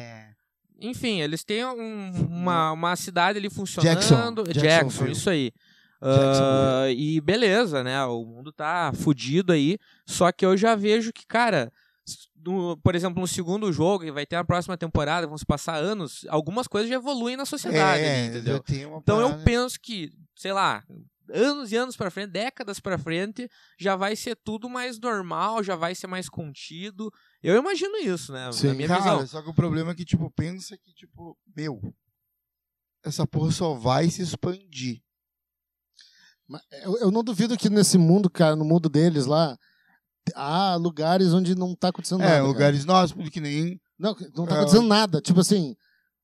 E: Enfim, eles têm um- uma, uma cidade ali funcionando.
D: Jackson,
E: Jackson
D: Jacksonville.
E: isso aí. Ah, e beleza, né? O mundo tá fudido aí. Só que eu já vejo que, cara, s- no- por exemplo, no segundo jogo, que vai ter a próxima temporada, vão se passar anos, algumas coisas já evoluem na sociedade, ali, entendeu?
D: É, já tá, né? tem uma
E: Então eu
D: parada-
E: penso que, sei lá, anos e anos pra frente, décadas pra frente, já vai ser tudo mais normal, já vai ser mais contido. Eu imagino isso, né? na
C: Sim.
E: minha
D: Cara,
E: visão.
D: só que o problema é que, tipo, pensa que, tipo, meu, essa porra só vai se expandir.
C: Eu, eu não duvido que nesse mundo, cara, no mundo deles lá, há lugares onde não tá acontecendo nada.
D: é,
C: cara.
D: lugares nossos, que nem.
C: Não, que não tá
D: É,
C: acontecendo nada. Tipo assim,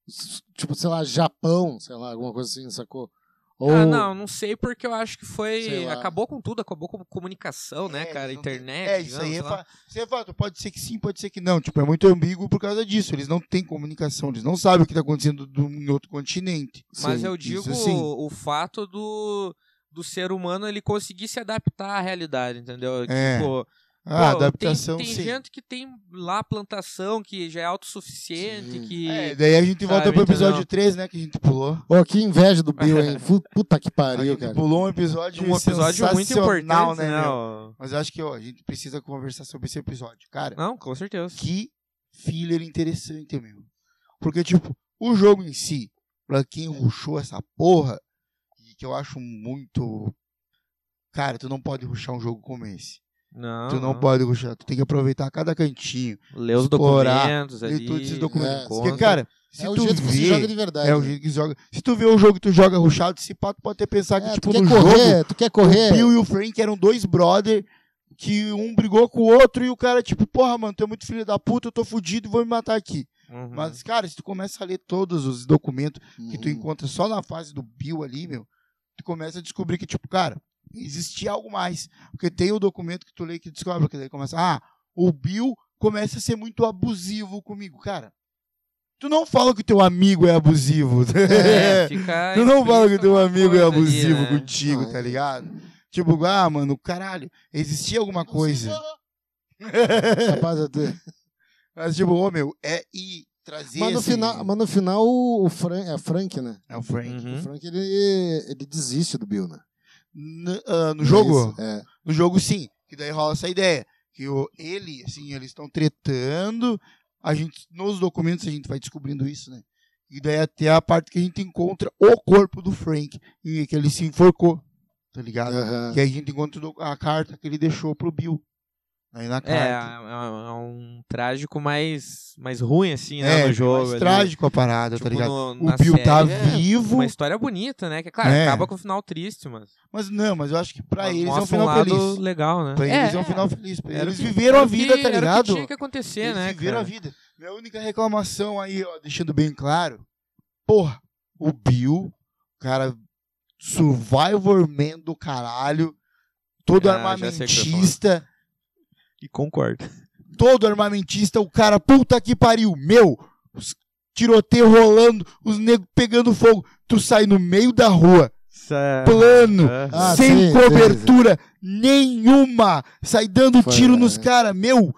C: s- tipo, sei lá, Japão, sei lá, alguma coisa assim, sacou? Ou,
E: Ah, não, não sei porque eu acho que
C: Sei
E: foi.
C: lá.
E: Acabou com tudo, acabou com comunicação, né,
D: É,
E: cara?
D: eles não têm-
E: Internet.
D: É, isso aí é,
E: digamos, sei lá.
D: fa... isso é fato. Pode ser que sim, pode ser que não. Tipo, é muito ambíguo por causa disso. Eles não têm comunicação, eles não sabem o que tá acontecendo do- em outro continente.
E: Mas
D: Sim,
E: eu
D: isso
E: digo
D: sim.
E: o fato do, do ser humano ele conseguir se adaptar à realidade, entendeu?
D: É.
E: Tipo,
D: Ah,
E: pô,
D: adaptação
E: Tem, tem
D: sim.
E: gente que tem lá plantação, que já é autossuficiente,
C: Sim.
E: que.
D: É, daí a gente
E: Sabe,
D: volta pro episódio
E: entendeu?
D: 3, né? Que a gente pulou.
C: Ô, que inveja do Bill, hein? Fu- Puta que
D: A
C: pariu,
D: gente
C: cara.
D: pulou um episódio
E: um episódio muito
D: sensacional,
E: importante, né?
D: meu?
E: ó.
D: Mas eu acho que ó, a gente precisa conversar sobre esse episódio. Cara,
E: Não, com certeza.
D: que filler interessante, meu. Porque, tipo, o jogo em si, pra quem ruxou essa porra, e que eu acho muito. Cara, tu não pode ruxar um jogo como esse.
E: Não,
D: tu não, pode ruxar. Tu tem que aproveitar cada cantinho.
E: Ler os
D: explorar,
E: documentos
D: Ler
E: ali. né,
D: todos esses
C: é,
D: documentos. Porque,
E: encontra.
D: cara, se
C: É o
D: tu
C: jeito que
D: vê,
C: se joga de verdade.
D: É o jeito que se joga. Se tu vê um jogo e tu joga ruxado, esse pato pode ter pensado
C: É,
D: que,
C: tu
D: tipo,
C: quer
D: no
C: correr,
D: jogo,
C: tu quer
D: o
C: correr.
D: Bill e o Frank eram dois brother que um brigou com o outro e o cara, tipo, porra, mano, tu é muito filho da puta, eu tô fudido, vou me matar aqui.
E: Uhum.
D: Mas, cara, se tu começa a ler todos os documentos que tu
C: Uhum.
D: encontra só na fase do Bill ali, meu, tu começa a descobrir que, tipo, cara, existia algo mais. Porque tem o documento que tu lê que descobre, que daí começa, ah, o Bill começa a ser muito abusivo comigo. Cara, tu não fala que teu amigo é abusivo.
E: É, fica
D: Tu não fala que
E: implícito
D: teu
E: alguma
D: amigo é
E: coisa ali,
D: abusivo
E: né?
D: contigo,
C: Não,
D: tá
C: é.
D: ligado? Tipo, ah, mano, caralho, existia alguma coisa.
C: Capaz de ter.
D: Mas, tipo, ô, meu, é e trazer
C: Mas no
D: esse-
C: final, mas no final o, o Frank, é Frank, né?
D: É o Frank.
C: O
E: Uhum.
C: Frank, ele, ele desiste do Bill, né?
D: N- ah, no
C: Não é
D: jogo?
C: isso? É.
D: No jogo, sim. Que daí rola essa ideia. Que o, ele, assim, eles estão tretando. A gente, nos documentos a gente vai descobrindo isso, né? E daí até a parte que a gente encontra o corpo do Frank. E que ele se enforcou, tá ligado?
C: Aham.
D: Que aí a gente encontra o doc- a carta que ele deixou pro Bill. Aí na
E: É, é,
D: carta.
E: é um trágico mais, mais ruim, assim,
D: É,
E: né, no jogo.
D: mais
E: ali.
D: trágico a parada,
E: Tipo,
D: tá ligado?
E: no- na
D: O Bill tá
E: série, é
D: vivo,
E: Uma história bonita, né? Que, claro,
D: É.
E: acaba com um final triste, mas.
D: mas não, mas eu acho que pra
E: mas
D: eles é um
E: mostra
D: final
E: lado
D: feliz.
E: legal, né?
D: Pra eles é, um final feliz. Pra
E: Era
D: eles
E: o que-
D: viveram
E: era
D: a
E: o que-
D: vida, tá
E: Era o que
D: ligado?
E: tinha que acontecer,
D: Eles
E: né?
D: viveram
E: cara?
D: a vida. Minha única reclamação aí, ó, deixando bem claro. Porra, o Bill, cara, Survivor Man do caralho, todo
E: Ah, já sei o que você
D: armamentista,
E: E concordo.
D: todo armamentista, o cara, puta que pariu, meu, os tiroteio rolando, os negros pegando fogo, tu sai no meio da rua, plano,
C: Ah,
D: sem
C: sim, sim,
D: cobertura nenhuma, sai dando
C: Foi,
D: tiro
C: é.
D: nos cara, meu,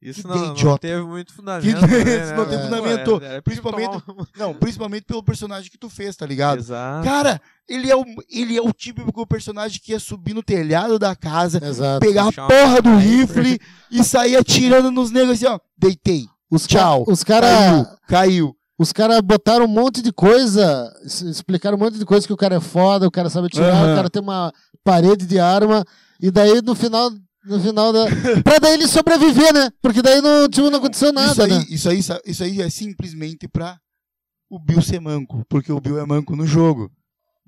E: Isso
D: que
E: não, não
D: idiota.
E: teve muito fundamento.
D: Que-
E: também,
D: isso
E: né?
D: não tem
E: Pô,
D: fundamento,
E: era- era
D: principalmente-
E: pra tomar
D: Não, principalmente pelo personagem que tu fez, tá
E: um-
D: ligado?
E: Exato.
D: Cara, ele é, o, ele é o típico personagem que ia subir no telhado da casa,
C: Exato.
D: pegar a
E: É, puxar uma
D: porra do
E: sniper.
D: rifle e sair atirando nos negros assim, ó. Deitei,
C: Os ca-
D: tchau.
C: Os caras
D: Caiu, caiu.
C: Os caras botaram um monte de coisa, es- explicaram um monte de coisa que o cara é foda, o cara sabe atirar,
D: Aham.
C: o cara tem uma parede de arma, e daí no final. No final da. pra daí ele sobreviver, né? Porque daí não, tipo, não aconteceu nada,
D: isso, aí,
C: né?
D: isso, aí, sa- isso aí é simplesmente pra o Bill ser manco, porque o Bill é manco no jogo.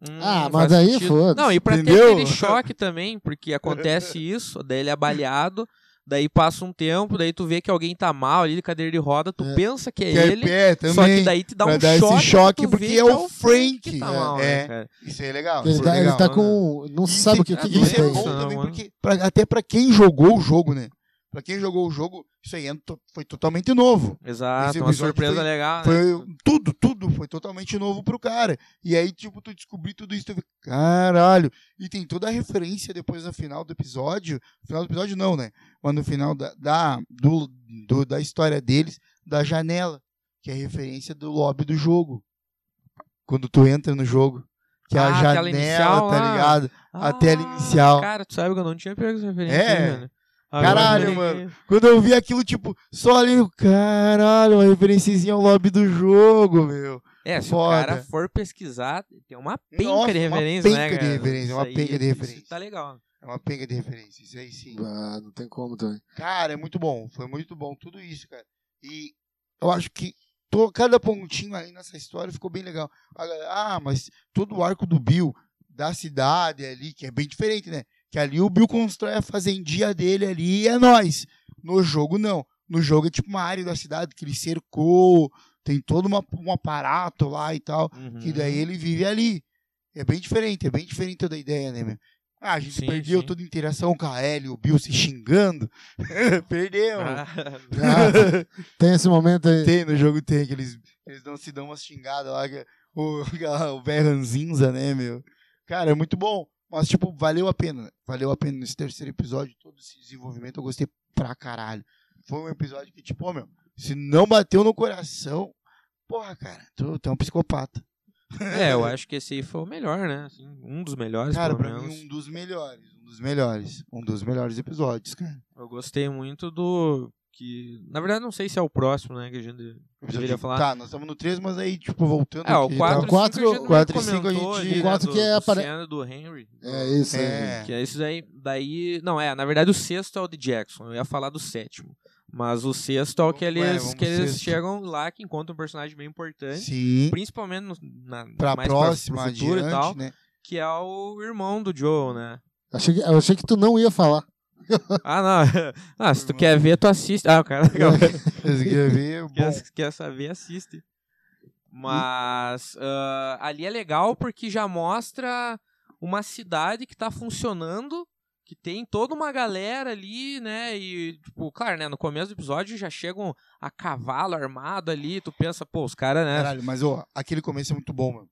E: Hum,
C: Ah,
E: faz
C: mas aí,
E: sentido.
C: foda-se.
E: Não, e pra
D: Entendeu?
E: ter aquele choque também, porque acontece isso, daí ele é baleado, daí passa um tempo, daí tu vê que alguém tá mal ali de cadeira de roda, tu
C: É.
E: pensa que é
D: Que é
E: ele,
D: pé também.
E: só que daí te dá
D: pra
E: um
D: dar esse
E: choque,
D: choque,
E: tu
D: porque
E: vê
D: é
E: que
D: o
E: que
D: Frank,
E: tá
D: é,
E: mal,
D: é.
E: né, cara?
D: Isso aí é legal.
C: Ele
D: isso é
C: tá,
D: legal.
C: ele tá com. Não
D: Isso-
C: sabe o que, que, que ele
D: isso é
C: tem.
D: bom
E: Não,
D: também,
E: mano.
D: porque pra- até pra quem jogou o jogo, né? Pra quem jogou o jogo, isso aí é to- foi totalmente novo. Esse
E: Exato, uma
D: episódio
E: surpresa
D: foi-
E: legal, né?
D: Foi tudo, tudo foi totalmente novo pro cara. E aí, tipo, tu descobri tudo isso, tu vê, caralho. E tem toda a referência depois no final do episódio. No final do episódio não, né? Mas no final da, da, do- do- da história deles, da janela. que é a referência do lobby do jogo. Quando tu entra no jogo. Que é a
E: Ah, a
D: janela,
E: tela inicial
D: tá
E: lá.
D: ligado? A tela inicial.
E: Ah, Cara, tu sabe que eu não tinha pego essa referência.
D: É.
E: né, mano? Agora
D: Caralho,
E: eu me
D: mano.
E: liguei.
D: Quando eu vi aquilo, tipo, só ali, eu, caralho, uma referenciazinha ao lobby do jogo, meu.
E: É, se
D: Foda.
E: o cara for pesquisar, tem uma penca
D: Nossa,
E: de
D: uma
E: referência, né,
D: penca de
E: cara?
D: referência,
E: Isso
D: uma
E: aí-
D: penca de
E: isso
D: referência.
E: Tá legal.
D: É uma pega de referência, isso aí sim.
C: Ah, não tem como também.
D: Cara, é muito bom. Foi muito bom tudo isso, cara. E eu acho que to- cada pontinho aí nessa história ficou bem legal. A galera, Ah, mas todo o arco do Bill, da cidade ali, que é bem diferente, né? Que ali o Bill constrói a fazendia dele ali e é nóis. No jogo, não. No jogo é tipo uma área da cidade que ele cercou, tem todo uma, um aparato lá e tal.
E: Uhum.
D: Que daí ele vive ali. É bem diferente, é bem diferente toda a ideia, né, meu? Ah, a gente
E: Sim,
D: perdeu
E: sim.
D: toda a interação com a Ellie, o Bill se xingando. perdeu.
E: Ah,
C: Ah, tem esse momento aí.
D: Tem, no jogo tem, que eles, eles não se dão umas xingadas lá, que, o, aquela- o velho ranzinza, né, meu? Cara, é muito bom. Mas, tipo, valeu a pena. Valeu a pena nesse terceiro episódio, todo esse desenvolvimento, eu gostei pra caralho. Foi um episódio que, tipo, ô, meu, se não bateu no coração, porra, cara, tu, tu é um psicopata.
E: é, eu acho que esse aí foi o melhor, né? Assim, um dos melhores,
D: Cara,
E: pelo
D: pra
E: menos.
D: mim, um dos melhores. Um dos melhores. Um dos melhores episódios, cara.
E: Eu gostei muito do. que Na verdade, não sei se é o próximo, né? Que a gente deveria falar.
D: Tá, nós estamos no 3, mas aí, tipo, voltando.
E: É, o
D: aqui e
E: 4
D: tal.
C: quatro-
D: quatro e cinco a gente-
C: o quatro que é apare-
E: né, do Henry.
C: É isso aí.
D: É.
E: Que é isso aí. Daí. Não, é, na verdade o sexto é o de Jackson. Eu ia falar do sétimo. Mas o sexto é o que
D: Vamos- é,
E: eles,
D: vamos
E: que eles
D: sexto.
E: chegam lá, que encontram um personagem bem importante.
D: Sim.
E: Principalmente no, na,
D: Pra
E: mais
D: próxima,
E: pra, pro futuro
D: adiante,
E: e tal.
D: né?
E: Que é o irmão do Joe, né?
C: Achei que, eu achei que tu não ia falar.
E: Ah, não. Ah, se tu
D: Irmão.
E: quer ver, tu assiste. Ah, o cara legal.
D: Esse aqui é bem bom.
E: quer, quer saber, assiste. Mas ah, ali é legal porque já mostra uma cidade que tá funcionando, que tem toda uma galera ali, né? E, tipo, claro, né? No começo do episódio já chegam a cavalo armado ali, tu pensa, pô, os caras, né?
D: Caralho, mas, ó, aquele começo é muito bom, mano.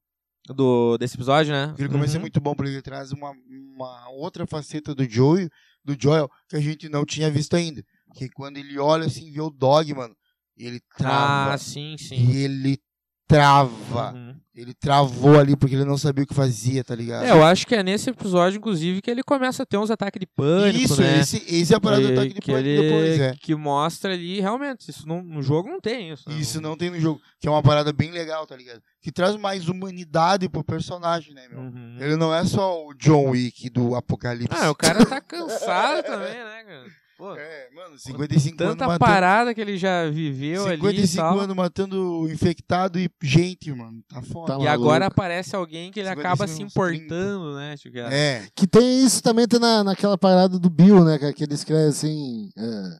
E: Do, desse episódio, né?
D: Aquele começo é
E: Uhum.
D: muito bom, porque ele traz uma, uma outra faceta do Joey, do Joel, que a gente não tinha visto ainda. Que quando ele olha assim, vê o dog, mano, ele trava.
E: Ah, sim, sim.
D: ele trava.
E: Uhum.
D: Ele travou ali porque ele não sabia o que fazia, tá ligado?
E: É, eu acho que é nesse episódio, inclusive, que ele começa a ter uns ataques de pânico,
D: Isso,
E: né?
D: esse, esse é a parada do ataque de
E: que
D: pânico
E: ele-
D: depois, é.
E: Que mostra ali, realmente, isso não- no jogo não tem isso. né?
D: Isso não tem no jogo, que é uma parada bem legal, tá ligado? Que traz mais humanidade pro personagem, né, meu?
E: Uhum.
D: Ele não é só o John Wick do Apocalipse.
E: Ah, o cara tá cansado também, né, cara? Pô,
D: É, mano, 55
E: tanta
D: anos matando...
E: parada que ele já viveu ali e
D: 55
E: tal.
D: anos matando infectado e gente, mano, tá foda.
C: Tá
E: E
C: maluco.
E: agora aparece alguém que ele acaba
D: 55
E: se
D: uns
E: importando, né? Tipo, cara?
D: É,
C: Que tem isso também tem na, naquela parada do Bill, né? cara, Que ele escreve assim. é,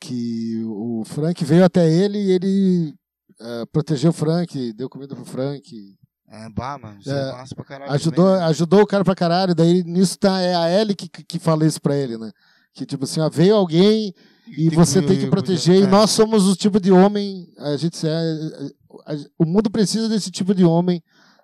C: que o Frank veio até ele e ele é, protegeu o Frank, deu comida pro Frank.
D: é, bah, mano, isso
C: É,
D: é, massa pra caralho.
C: Ajudou,
D: também, né?
C: ajudou o cara pra caralho. Daí nisso tá, é a Ellie que, que fala isso pra ele, né? Que tipo assim, ó, veio alguém e você tem que proteger. E
D: cuidar.
C: nós somos o tipo de homem. A gente é, a- a- o mundo precisa desse tipo de homem,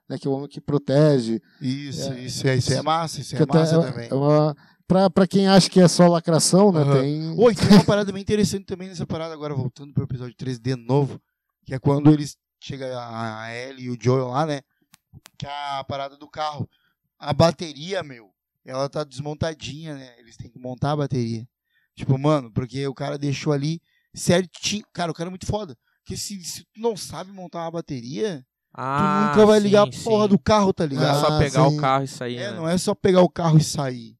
C: né? Que é o homem que protege.
D: Isso, isso, é, isso é massa, isso
C: Que
D: é
C: até
D: massa
C: é-
D: também.
C: é uma- pra, pra quem acha que é só lacração, né?
D: Aham.
C: Tem.
D: Oi, tem uma parada bem interessante também nessa parada, agora voltando pro episódio 3 de novo, que é quando eles chega a Ellie e o Joel lá, né? Que é a parada do carro. A bateria, meu, ela tá desmontadinha, né? Eles têm que montar a bateria. Tipo, mano, porque o cara deixou ali certinho. Cara, o cara é muito foda. Porque se, se tu não sabe montar uma bateria, tu
E: Ah,
D: nunca vai
E: sim,
D: ligar a porra
E: sim.
D: do carro, tá
E: Não é
D: ligado?
E: só
C: Ah,
E: pegar
C: sim.
E: o carro e sair,
D: É,
E: né?
D: não é só pegar o carro e sair.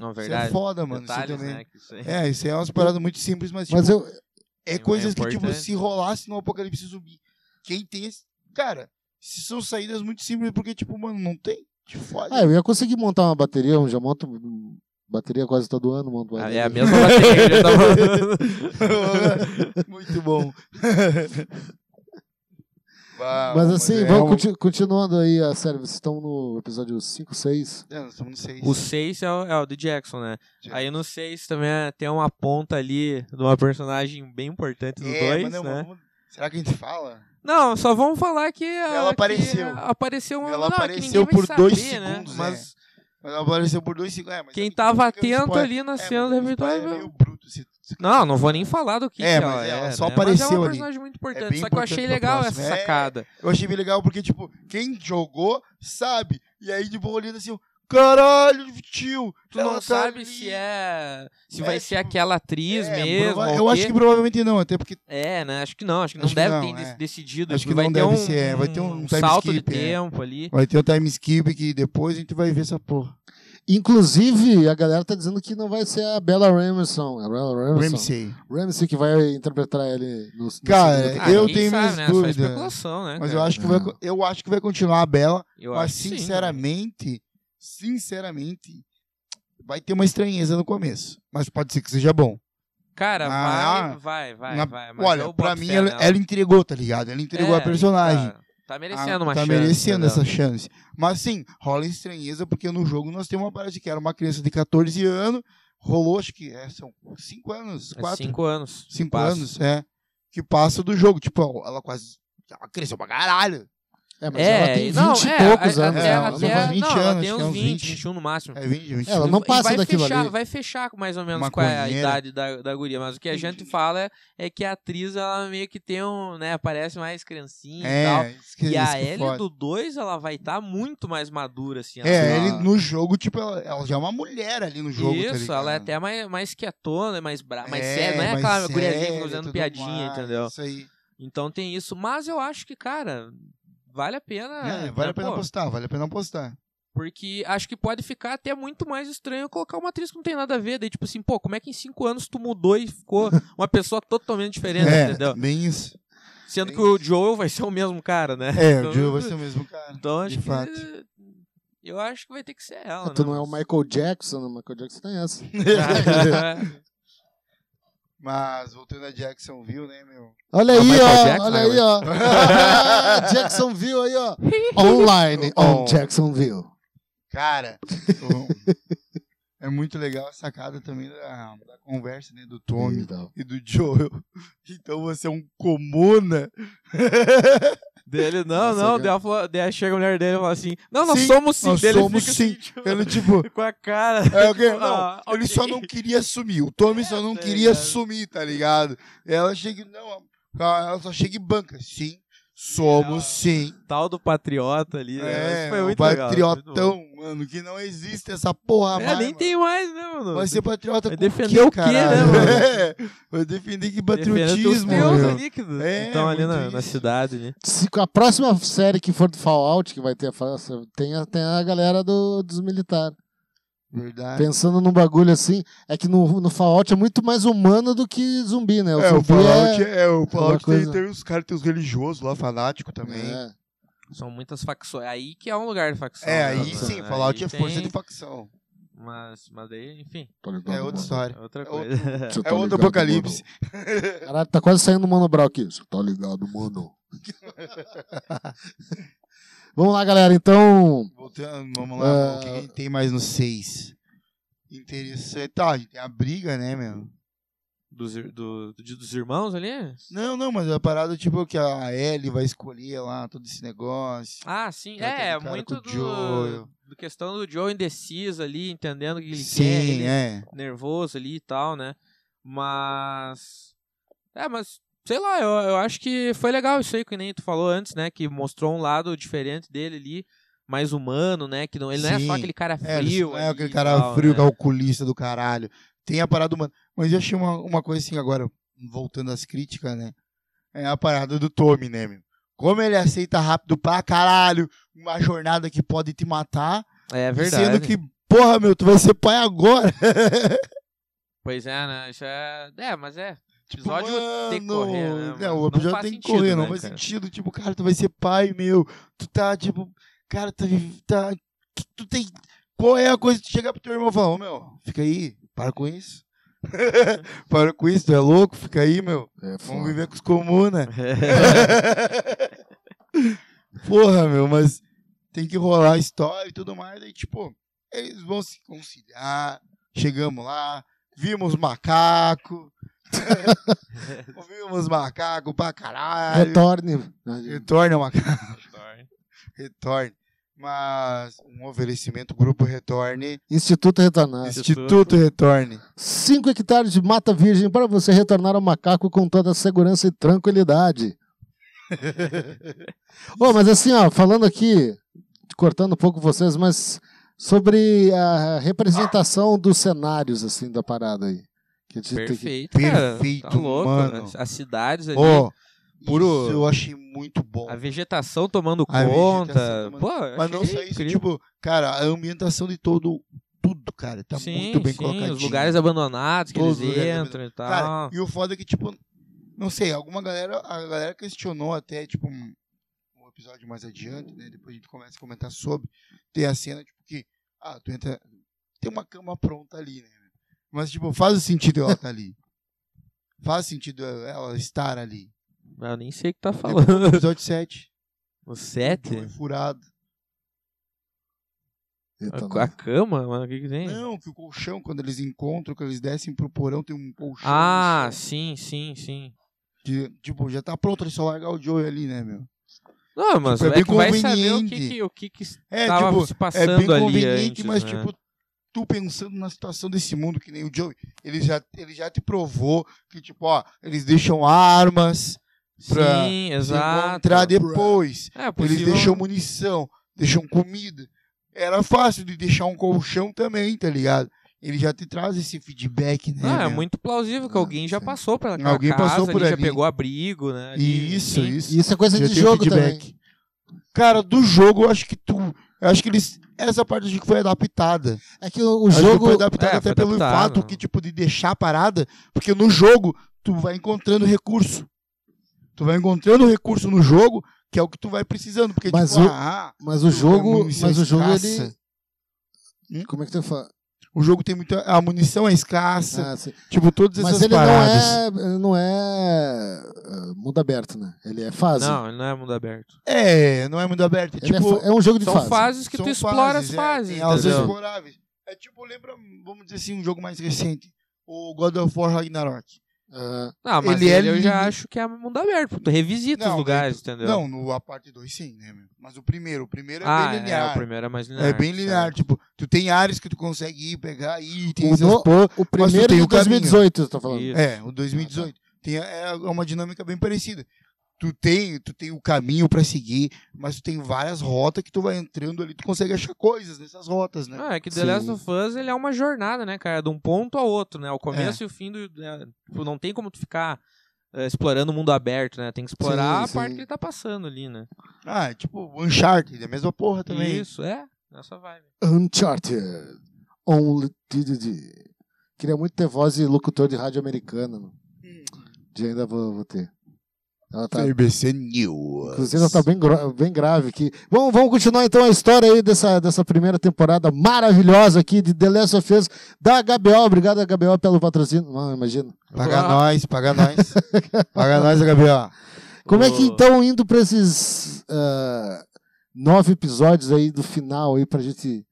E: Não,
D: Isso
E: verdade.
D: é foda, mano.
E: Detalhes,
D: isso também.
E: né, que isso aí-
D: É, isso aí é umas paradas muito simples, mas, tipo,
C: Mas eu,
D: É
E: É
D: coisas que, tipo,
E: importante.
D: se rolasse no Apocalipse Zumbi, quem tem esse... Cara, se são saídas muito simples, porque, tipo, mano, não tem. Te fode.
C: ah, eu ia conseguir montar uma bateria, eu já monto hum, bateria quase todo ano, monto
E: Ah,
C: bateria.
E: É a mesma bateria que ele tá falando.
D: muito bom. Bah,
C: Mas assim,
D: é
C: vamos
D: uma-
C: conti- continuando aí a série. Vocês estão no episódio 5, 6.
D: É, nós estamos no seis.
E: O 6 é, o- é o de Jackson, né?
D: Jackson.
E: Aí no 6 também é- tem uma ponta ali de uma personagem bem importante do
D: É, mas
E: 2,
D: não,
E: né?
D: vamos- Será que a gente fala?
E: Não, só vamos falar que a-
D: Ela
E: que
D: apareceu.
E: a- apareceu uma-
D: Ela
E: não, que
D: apareceu
E: ninguém vai
D: por
E: saber,
D: dois
E: né?
D: segundos,
E: Mas
D: Mas ela apareceu por dois segundos. É, mas
E: quem
D: aí
E: tava
D: fica um
E: atento
D: spoiler.
E: ali na
D: É,
E: cena do
D: mas um spoiler
E: repertório.
D: meio bruto. Se,
E: Não, não vou nem falar do que
D: É,
E: que
D: mas
E: ela
D: ela
E: era,
D: só
E: né?
D: apareceu
E: mas é uma
D: ali.
E: personagem muito importante.
D: bem
E: só que eu
D: importante
E: achei
D: pra
E: legal essa
D: próxima. É,
E: sacada.
D: Eu achei bem legal porque, tipo, quem jogou sabe. E aí, tipo, olhando assim, caralho, tio.
E: Tu não
D: ela tá
E: sabe
D: ali."
E: se é. Se
D: É,
E: vai ser
D: tipo,
E: aquela atriz
D: É,
E: mesmo.
D: prova-
E: ou
D: Eu
E: o
D: acho
E: quê.
D: que provavelmente não, até porque
E: É, né? Acho que não. Acho que não
D: Acho que
E: deve
D: não,
E: ter
D: é.
E: de- decidido.
D: Acho que
E: vai
D: não
E: ter
D: deve
E: um,
D: ser, é, vai ter um time
E: salto de
D: skip, é.
E: tempo ali.
D: vai ter o time skip que depois a gente vai ver essa porra.
C: Inclusive, a galera tá dizendo que não vai ser a Bella Ramson. A Bella Ramson.
D: Ramsey.
C: Ramsey que vai interpretar ele no, no
D: Cara,
C: segundo
E: Ah,
C: episódio.
D: eu
E: quem
D: tenho
E: sabe,
D: minhas
E: né? Só
D: dúvidas.
E: especulação, né?
D: Mas
E: cara?
D: eu acho, que vai,
C: Não.
D: co- eu acho que vai continuar a Bela.
E: Eu
D: mas
E: acho que sim, né?
D: sinceramente, sinceramente, vai ter uma estranheza no começo. Mas pode ser que seja bom.
E: Cara,
D: Ah,
E: vai, vai, vai,
D: Na-
E: vai. mas eu
D: Olha,
E: boto
D: pra mim
E: fé
D: ela,
E: nela.
D: ela entregou, tá ligado? Ela entregou
E: É,
D: a personagem.
E: Tá, tá merecendo
D: Ah,
E: uma
D: tá
E: chance.
D: merecendo
E: entendeu?
D: essa chance. Mas sim, rola estranheza, porque no jogo nós temos uma parada que era uma criança de 14 anos, rolou, acho que é, são 5 anos,
E: É
D: 4,
E: Cinco anos.
D: 5
E: Passa.
D: anos, é, que passa do jogo. Tipo, ó, ela quase. Ela cresceu pra caralho.
C: É, mas
E: É,
C: ela tem 20
E: não,
C: e
E: é,
C: poucos
E: a-
C: anos.
E: até-
C: ela não
E: até-
C: vai-
D: faz 20
E: não, ela
D: anos,
E: tem
D: acho que é
E: uns
D: né? uns
E: 20,
D: 20.
E: 21 no máximo.
D: É 20, 20
C: Ela não
E: E
C: passa
E: vai
C: daquilo
E: fechar,
C: ali.
E: Vai fechar com mais ou menos com a
D: Maconheira.
E: idade da, da guria, mas o que a gente fala é, é que a atriz, ela meio que tem um, né, parece mais criancinha e tal.
D: É, isso que,
E: E
D: isso
E: a
D: que é
E: Ellie
D: foda.
E: do 2, ela vai estar muito mais madura, assim.
D: É,
E: ela-
D: ele no jogo, tipo, ela, ela já é uma mulher ali no jogo. tá
E: Isso,
D: ligado?
E: ela é até mais, mais quietona, mais brava, mais
D: É,
E: séria. Não é
D: mais
E: aquela guriazinha que
D: séria
E: fica
D: e
E: fazendo
D: tudo
E: piadinha,
D: mais,
E: entendeu?
D: Isso aí.
E: Então tem isso. Mas eu acho que, cara, vale a pena.
D: É,
E: né,
D: vale a pena
E: pô?
D: apostar, vale a pena apostar.
E: Porque acho que pode ficar até muito mais estranho colocar uma atriz que não tem nada a ver. Daí, tipo assim, pô, como é que em cinco anos tu mudou e ficou uma pessoa totalmente diferente, entendeu?
D: É, bem isso.
E: Sendo
D: é
E: que o Joel vai ser o mesmo cara, né?
D: É,
E: Então-
D: o Joe vai ser o mesmo cara.
E: Então acho
D: de
E: que.
D: fato.
E: Eu acho que vai ter que ser ela.
C: Tu
E: né?
C: não é o Michael Jackson, o Michael Jackson tem essa.
D: Mas voltando a Jacksonville, né, meu?
C: Olha aí,
E: É o Michael
C: ó.
E: Jackson,
C: olha
E: né,
C: aí, ó. Ah, Jacksonville aí, ó. Online on
D: Oh.
C: Jacksonville.
D: Cara, o- é muito legal a sacada também da, da conversa, né, do Tommy
C: Então.
D: e do Joel. Então você é um comuna.
E: Dele, não,
C: Nossa,
E: não.
C: cara.
E: Daí, ela fala- daí chega a mulher dele e fala assim: Não, nós
D: Sim,
E: somos sim.
D: nós
E: Dele
D: somos
E: fica
D: sim.
E: assim, tipo,
D: Ele, tipo,
E: com a cara.
D: é, ok, não,
E: Ah,
D: ele
E: ok.
D: só não queria sumir. O Tommy só não
E: tá
D: queria
E: ligado.
D: sumir, tá ligado? Ela chega, e- não, ela só chega e banca. Sim, somos
E: Ah.
D: sim.
E: Tal do patriota ali. né? Isso
D: É,
E: foi
D: o
E: muito legal, foi muito bom.
D: patriotão, mano, que não existe essa porra
E: É,
D: mais.
E: nem
D: mano.
E: tem mais, né, mano?
D: Vai ser patriota
E: Vai
D: com
E: defender o quê, né,
D: caralho?
E: mano?
D: É, vai defender que patriotismo,
E: Deus
D: meu.
E: ali que
D: É,
E: estão Então, ali
D: muito
E: na, na
D: isso.
E: cidade, né?
C: Se a próxima série que for do Fallout, que vai ter, a fa- tem, a- tem a galera do- dos militares.
D: Verdade.
C: Pensando num bagulho assim, é que no, no Fallout é muito mais humano do que zumbi, né? O
D: É, o
C: zumbi
D: Fallout, é, o Fallout tem,
C: coisa.
D: tem os caras, tem os religiosos lá, fanático também. É,
C: é,
E: São muitas facções. Aí que é um lugar de facção. né,
D: aí
E: mano?
D: sim, Fallout
E: Aí
D: é força
E: tem,
D: de facção.
E: Mas, mas daí, enfim,
C: Polidoro,
D: É outra
C: mano.
D: história.
E: é outra
D: É
E: coisa.
C: Cê tá
D: É outro
C: ligado,
D: apocalipse.
C: mano? Caralho, tá quase saindo o Mano Brown aqui. Você tá ligado, mano? Vamos lá, galera. Então,
D: Voltando, vamos lá.
C: Ah.
D: O que a gente tem mais no 6? Interessante. Tá, a gente tem a briga, né, meu?
E: Dos, ir- do, do dia dos irmãos ali?
D: Não, não, mas a parada, tipo, que a Ellie vai escolher lá todo esse negócio.
E: Ah, sim.
D: Ela tem
E: É,
D: um cara com
E: muito
D: o
E: do,
D: Joel.
E: do questão do Joe indeciso ali, entendendo o que ele quer.
D: Sim,
E: ele
D: é.
E: nervoso ali e tal, né? Mas. É, mas. Sei lá, eu, eu acho que foi legal isso aí que nem tu falou antes, né? Que mostrou um lado diferente dele ali, mais humano, né? Que não, ele não é
D: Sim.
E: só aquele cara
D: É, eles-
E: frio.
D: é
E: ali
D: aquele
E: e
D: cara
E: tal,
D: frio,
E: né?
D: calculista do caralho. Tem a parada humana. Mas eu achei uma, uma coisa assim, agora, voltando às críticas, né? É a parada do Tommy, né, meu? Como ele aceita rápido pra caralho uma jornada que pode te matar,
E: É verdade.
D: sendo que, porra, meu, tu vai ser pai agora.
E: Pois é, né? Isso é. É, mas é.
D: Tipo,
E: Episódio tem que
D: mano,
E: correr, né, mano?
D: Não, o
E: Não
D: episódio
E: faz
D: tem que
E: sentido,
D: correr, não
E: né,
D: faz
E: cara?
D: sentido. Tipo, cara, tu vai ser pai, meu. Tu tá, tipo, cara, tu tá. que Tu tem. Qual é a coisa que tu chegar pro teu irmão e falar, ô meu, fica aí, para com isso. para com isso, tu é louco? Fica aí, meu.
C: é
D: Vamos
C: foda.
D: viver com os né? comunas. Porra, meu, mas tem que rolar a história e tudo mais. Aí, tipo, eles vão se conciliar. Chegamos lá, vimos macaco. vimos macaco pra caralho.
C: Retorne.
D: Retorne, macaco. Retorne. Mas um oferecimento Grupo Retorne,
C: Instituto Retornar.
D: Instituto Retorne.
C: 5 hectares de mata virgem para você retornar ao macaco com toda a segurança e tranquilidade. Ô, mas assim, ó, falando aqui, cortando um pouco vocês, mas sobre a representação dos cenários assim da parada aí. Que a gente tem que-
E: Perfeito, cara.
D: Perfeito,
E: tá louco,
D: mano.
E: As, as cidades ali,
D: Ó,
E: puro-
D: isso eu achei muito bom.
E: a vegetação tomando
D: A
E: conta.
D: vegetação tomando-
E: Pô, eu
D: Mas não
E: achei
D: só isso,
E: incrível.
D: tipo, cara, a ambientação de todo tudo, cara, tá
E: sim,
D: muito bem
E: sim,
D: colocadinho.
E: os lugares ah. abandonados que
D: Todos os
E: eles
D: lugares
E: entram e tal.
D: Cara, e o foda é que, tipo, não sei, alguma galera, a galera questionou até, tipo, um, um episódio mais adiante, né? Depois a gente começa a comentar sobre. Tem a cena, tipo, que, ah, tu entra, tem uma cama pronta ali, né? Mas, tipo, faz sentido ela estar ali. Faz sentido ela estar ali.
E: Mas eu nem sei o que tá
D: Depois,
E: falando.
D: episódio 7,
E: O sete?
D: foi furado.
C: Eita,
E: A, a cama? Mano, o que que tem?
D: Não, que o colchão, quando eles encontram, que eles descem pro porão, tem um colchão.
E: ah, sim, sim, sim.
D: Que, tipo, já tá pronto, eles só largar o Joey ali, né, meu?
E: Não, mas
D: Tipo, é
E: é
D: bem
E: que vai saber o que,
D: conveniente.
E: que, o que, que
D: É,
E: tava
D: tipo,
E: se
D: é
E: passando
D: bem
E: ali
D: conveniente,
E: antes,
D: mas
E: né?
D: tipo, tu pensando na situação desse mundo que nem o Joey, ele já, ele já te provou que, tipo, ó, eles deixam armas pra
E: Sim,
D: se
E: exato.
D: encontrar depois.
E: É,
D: Eles
E: possível-
D: deixam munição, deixam comida. Era fácil de deixar um colchão também, tá ligado? Ele já te traz esse feedback, né?
E: Ah, é
D: meu?
E: muito plausível que
D: Ah,
E: alguém já
D: sim.
E: passou pela aquela
D: Alguém
E: casa,
D: passou por
E: ali, já
D: ali.
E: pegou abrigo, né? ali,
D: Isso,
E: enfim.
D: isso.
C: Isso é coisa
D: Já
C: de
D: tem o
C: jogo
D: feedback.
C: também.
D: Cara, do jogo, eu acho que tu. Eu acho que eles. Essa parte do jogo foi adaptada.
C: É que o, o
D: Acho que
C: jogo.
D: foi adaptada
E: é,
D: até
E: foi
D: pelo
E: adaptado.
D: fato que, tipo, de deixar a parada. Porque no jogo, tu vai encontrando recurso. Tu vai encontrando recurso no jogo, que é o que tu vai precisando. Porque,
C: Mas
D: tipo,
C: o-
D: ah,
C: Mas o
D: É
C: jogo.
D: munição
C: Mas o jogo
D: escassa.
C: ele. Como é que tu fala?
D: o jogo tem muita. A munição é escassa.
C: Ah, sim.
D: Tipo, todas
C: Mas
D: essas
C: ele não
D: paradas.
C: é, ele não é eh, mundo aberto, né? Ele é fase.
E: Não, ele não é mundo aberto.
D: É, não é muito aberto. É,
C: Ele é
D: tipo,
C: fa- é, um jogo de
E: São
C: fase.
E: fases que
D: são
E: tu explora as
D: é,
E: fases,
D: tem elas
E: entendeu?
D: exploráveis. É tipo, lembra, vamos dizer assim, um jogo mais recente. O God of War Ragnarok.
C: Ah,
E: Ah, mas
D: Ele
E: ele,
D: é
E: eu já
D: livre.
E: acho que é mundo aberto, porque tu revisita os
D: Não, né? é,
E: lugares, entendeu?
D: Não, no, a parte 2 sim, né, meu? Mas o primeiro, o primeiro é bem
E: ah, é, o
D: linear.
E: primeiro é mais
D: É,
E: linear.
D: bem
E: certo.
D: linear, tipo, tu tem áreas que tu consegue ir, pegar
C: O
D: itens, essas
C: no-
D: pô.
C: o
D: Mas tu
C: primeiro
D: tem
C: de
D: o caminho.
C: 2018, eu tô falando.
E: Isso.
D: É, o 2018.
E: Ah, tá.
D: Tem, é uma dinâmica bem parecida. Tu tem, tu tem o caminho pra seguir, mas tu tem várias rotas que tu vai entrando ali, tu consegue achar coisas nessas rotas, né?
E: Ah, é que The
C: Sim.
E: Last of Us ele é uma jornada, né, cara? De um ponto ao outro, né? O
D: É.
E: começo e o fim do. né, tipo, não tem como tu ficar eh, explorando o mundo aberto, né? Tem que explorar
D: Sim,
E: a parte
D: sim.
E: que ele tá passando ali, né?
D: Ah, é tipo o Uncharted, é a mesma porra também.
E: Isso, é. Nessa vibe.
C: Uncharted. Only DDD. Queria muito ter voz de locutor de rádio americana. mano. De ainda vou, vou ter. Ela tá,
D: CBC News.
C: inclusive, ela tá bem, gro- bem grave aqui. Vamos, vamos continuar então a história aí dessa, dessa primeira temporada maravilhosa aqui de The Last of Us da HBO. Obrigado, HBO, pelo patrocínio. Não, imagina.
D: Paga
E: Ah.
D: nós, paga nós. paga nós, Gabriel.
C: Como é que
E: O-
C: então indo pra esses ah, nove episódios aí do final aí pra gente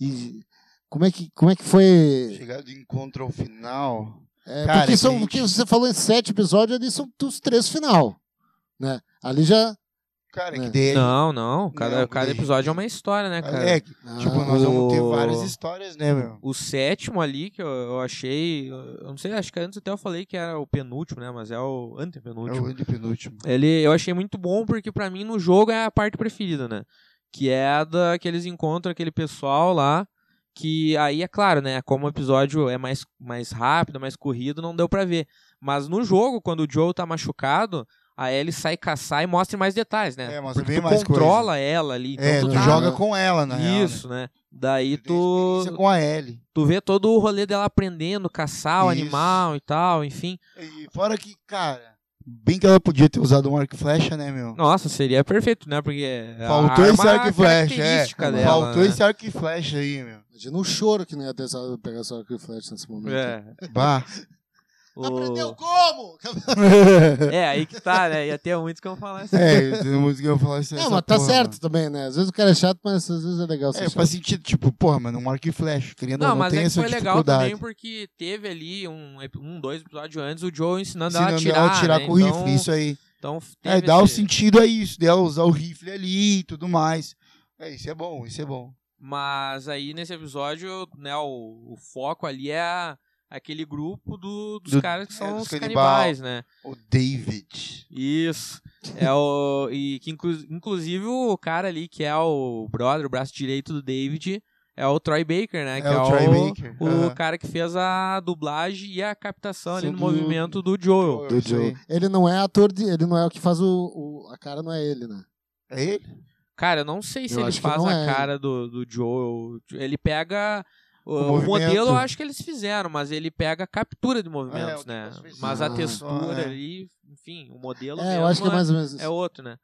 C: ir- como é que como é que foi?
D: Chegar de encontro ao final.
C: É,
D: Cara,
C: porque são
D: gente.
C: o que você falou em sete episódios ali são os três final, né? Ali já
D: Cara,
C: É.
D: que daí.
E: Não, não. Cada,
D: Não,
E: cada
D: daí-
E: episódio é uma história, né, cara?
D: É, que, tipo,
C: Ah,
D: nós vamos ter
E: o-
D: várias histórias, né, meu?
E: O sétimo ali que eu, eu achei. Eu não sei, acho que antes até eu falei que era o penúltimo, né? Mas é o
D: É
E: antepenúltimo.
D: o de penúltimo.
E: Ele, eu achei muito bom porque pra mim no jogo é a parte preferida, né? Que é a da que eles encontram aquele pessoal lá, que aí é claro, né, como o episódio é mais, mais rápido, mais corrido, não deu pra ver. Mas no jogo, quando o Joe tá machucado, a Ellie sai caçar e mostra mais detalhes, né?
D: É, mostra
E: Porque
D: bem
E: tu
D: mais
E: controla ela ali, então
D: É,
E: tu
D: tu
E: tá-
D: joga com ela, na real, né?
E: isso, né? Daí
D: tem experiência
E: tu
D: com a Ellie.
E: tu vê todo o rolê dela aprendendo, caçar o
D: Isso.
E: animal e tal, enfim.
D: E fora que, cara, bem que ela podia ter usado um arco e flecha, né, meu?
E: Nossa, seria perfeito, né? Porque a
D: Faltou esse
E: arma
D: arco e flecha, é.
E: característica Dela,
D: Faltou
E: né?
D: esse arco e flecha aí, meu.
C: imagina o choro que não ia ter essa pegar só arco e flecha nesse momento.
E: É.
D: Bah.
E: O-
C: Aprendeu como?
E: É, aí que tá, né? Ia ter muitos que vão falar assim.
D: é, tem música que eu falar isso.
C: Não,
D: essa
C: mas tá
D: porra,
C: certo
D: mano.
C: também, né? Às vezes o cara é chato, mas às vezes é legal. ser
D: É,
C: chato.
D: faz sentido, tipo, porra, mano, um arco e flecha. Querendo ou
E: Não,
D: não,
E: mas
D: tem
E: é que
D: essa
E: foi legal
D: dificuldade.
E: também porque teve ali um, ep- um dois episódios antes o Joe ensinando ela a
D: Ensinando
E: atirar.
D: ela a tirar
E: né?
D: com o
E: então,
D: rifle, isso aí.
E: Então
D: É,
E: teve
D: dá o
E: esse-
D: sentido a isso, dela usar o rifle ali e tudo mais. É, isso é bom, isso é bom.
E: Mas aí nesse episódio, né, o, o foco ali é a- aquele grupo do- dos
D: Do- é,
E: caras que são
D: dos
E: os
D: canibal.
E: canibais, né?
D: O David.
E: Isso. É o. E que inclu- inclusive o cara ali que é o brother, o braço direito do David, é o Troy Baker, né?
D: É
E: que
D: o Troy Baker,
E: o
D: aham.
E: cara que fez a dublagem e a captação ali
D: Sim,
E: no
D: do-
E: movimento do Joel.
C: Do Joe. Ele não é ator de. Ele não é o que faz o. o- a cara não é ele, né?
D: É ele?
E: Cara, eu não sei se
C: Eu
E: ele
C: acho que
E: faz
C: não
E: a
C: é.
E: cara do, do Joel. Ele pega. O,
D: O
E: o
D: movimento.
E: modelo eu acho que eles fizeram, mas ele pega a captura de
D: É,
E: movimentos,
D: que
E: né?
D: nós fizemos.
E: Mas a
C: Ah,
E: textura
D: é.
E: ali, enfim, o modelo
C: É,
E: mesmo
C: eu acho que é
E: é-
C: mais ou menos isso.
E: é outro, né?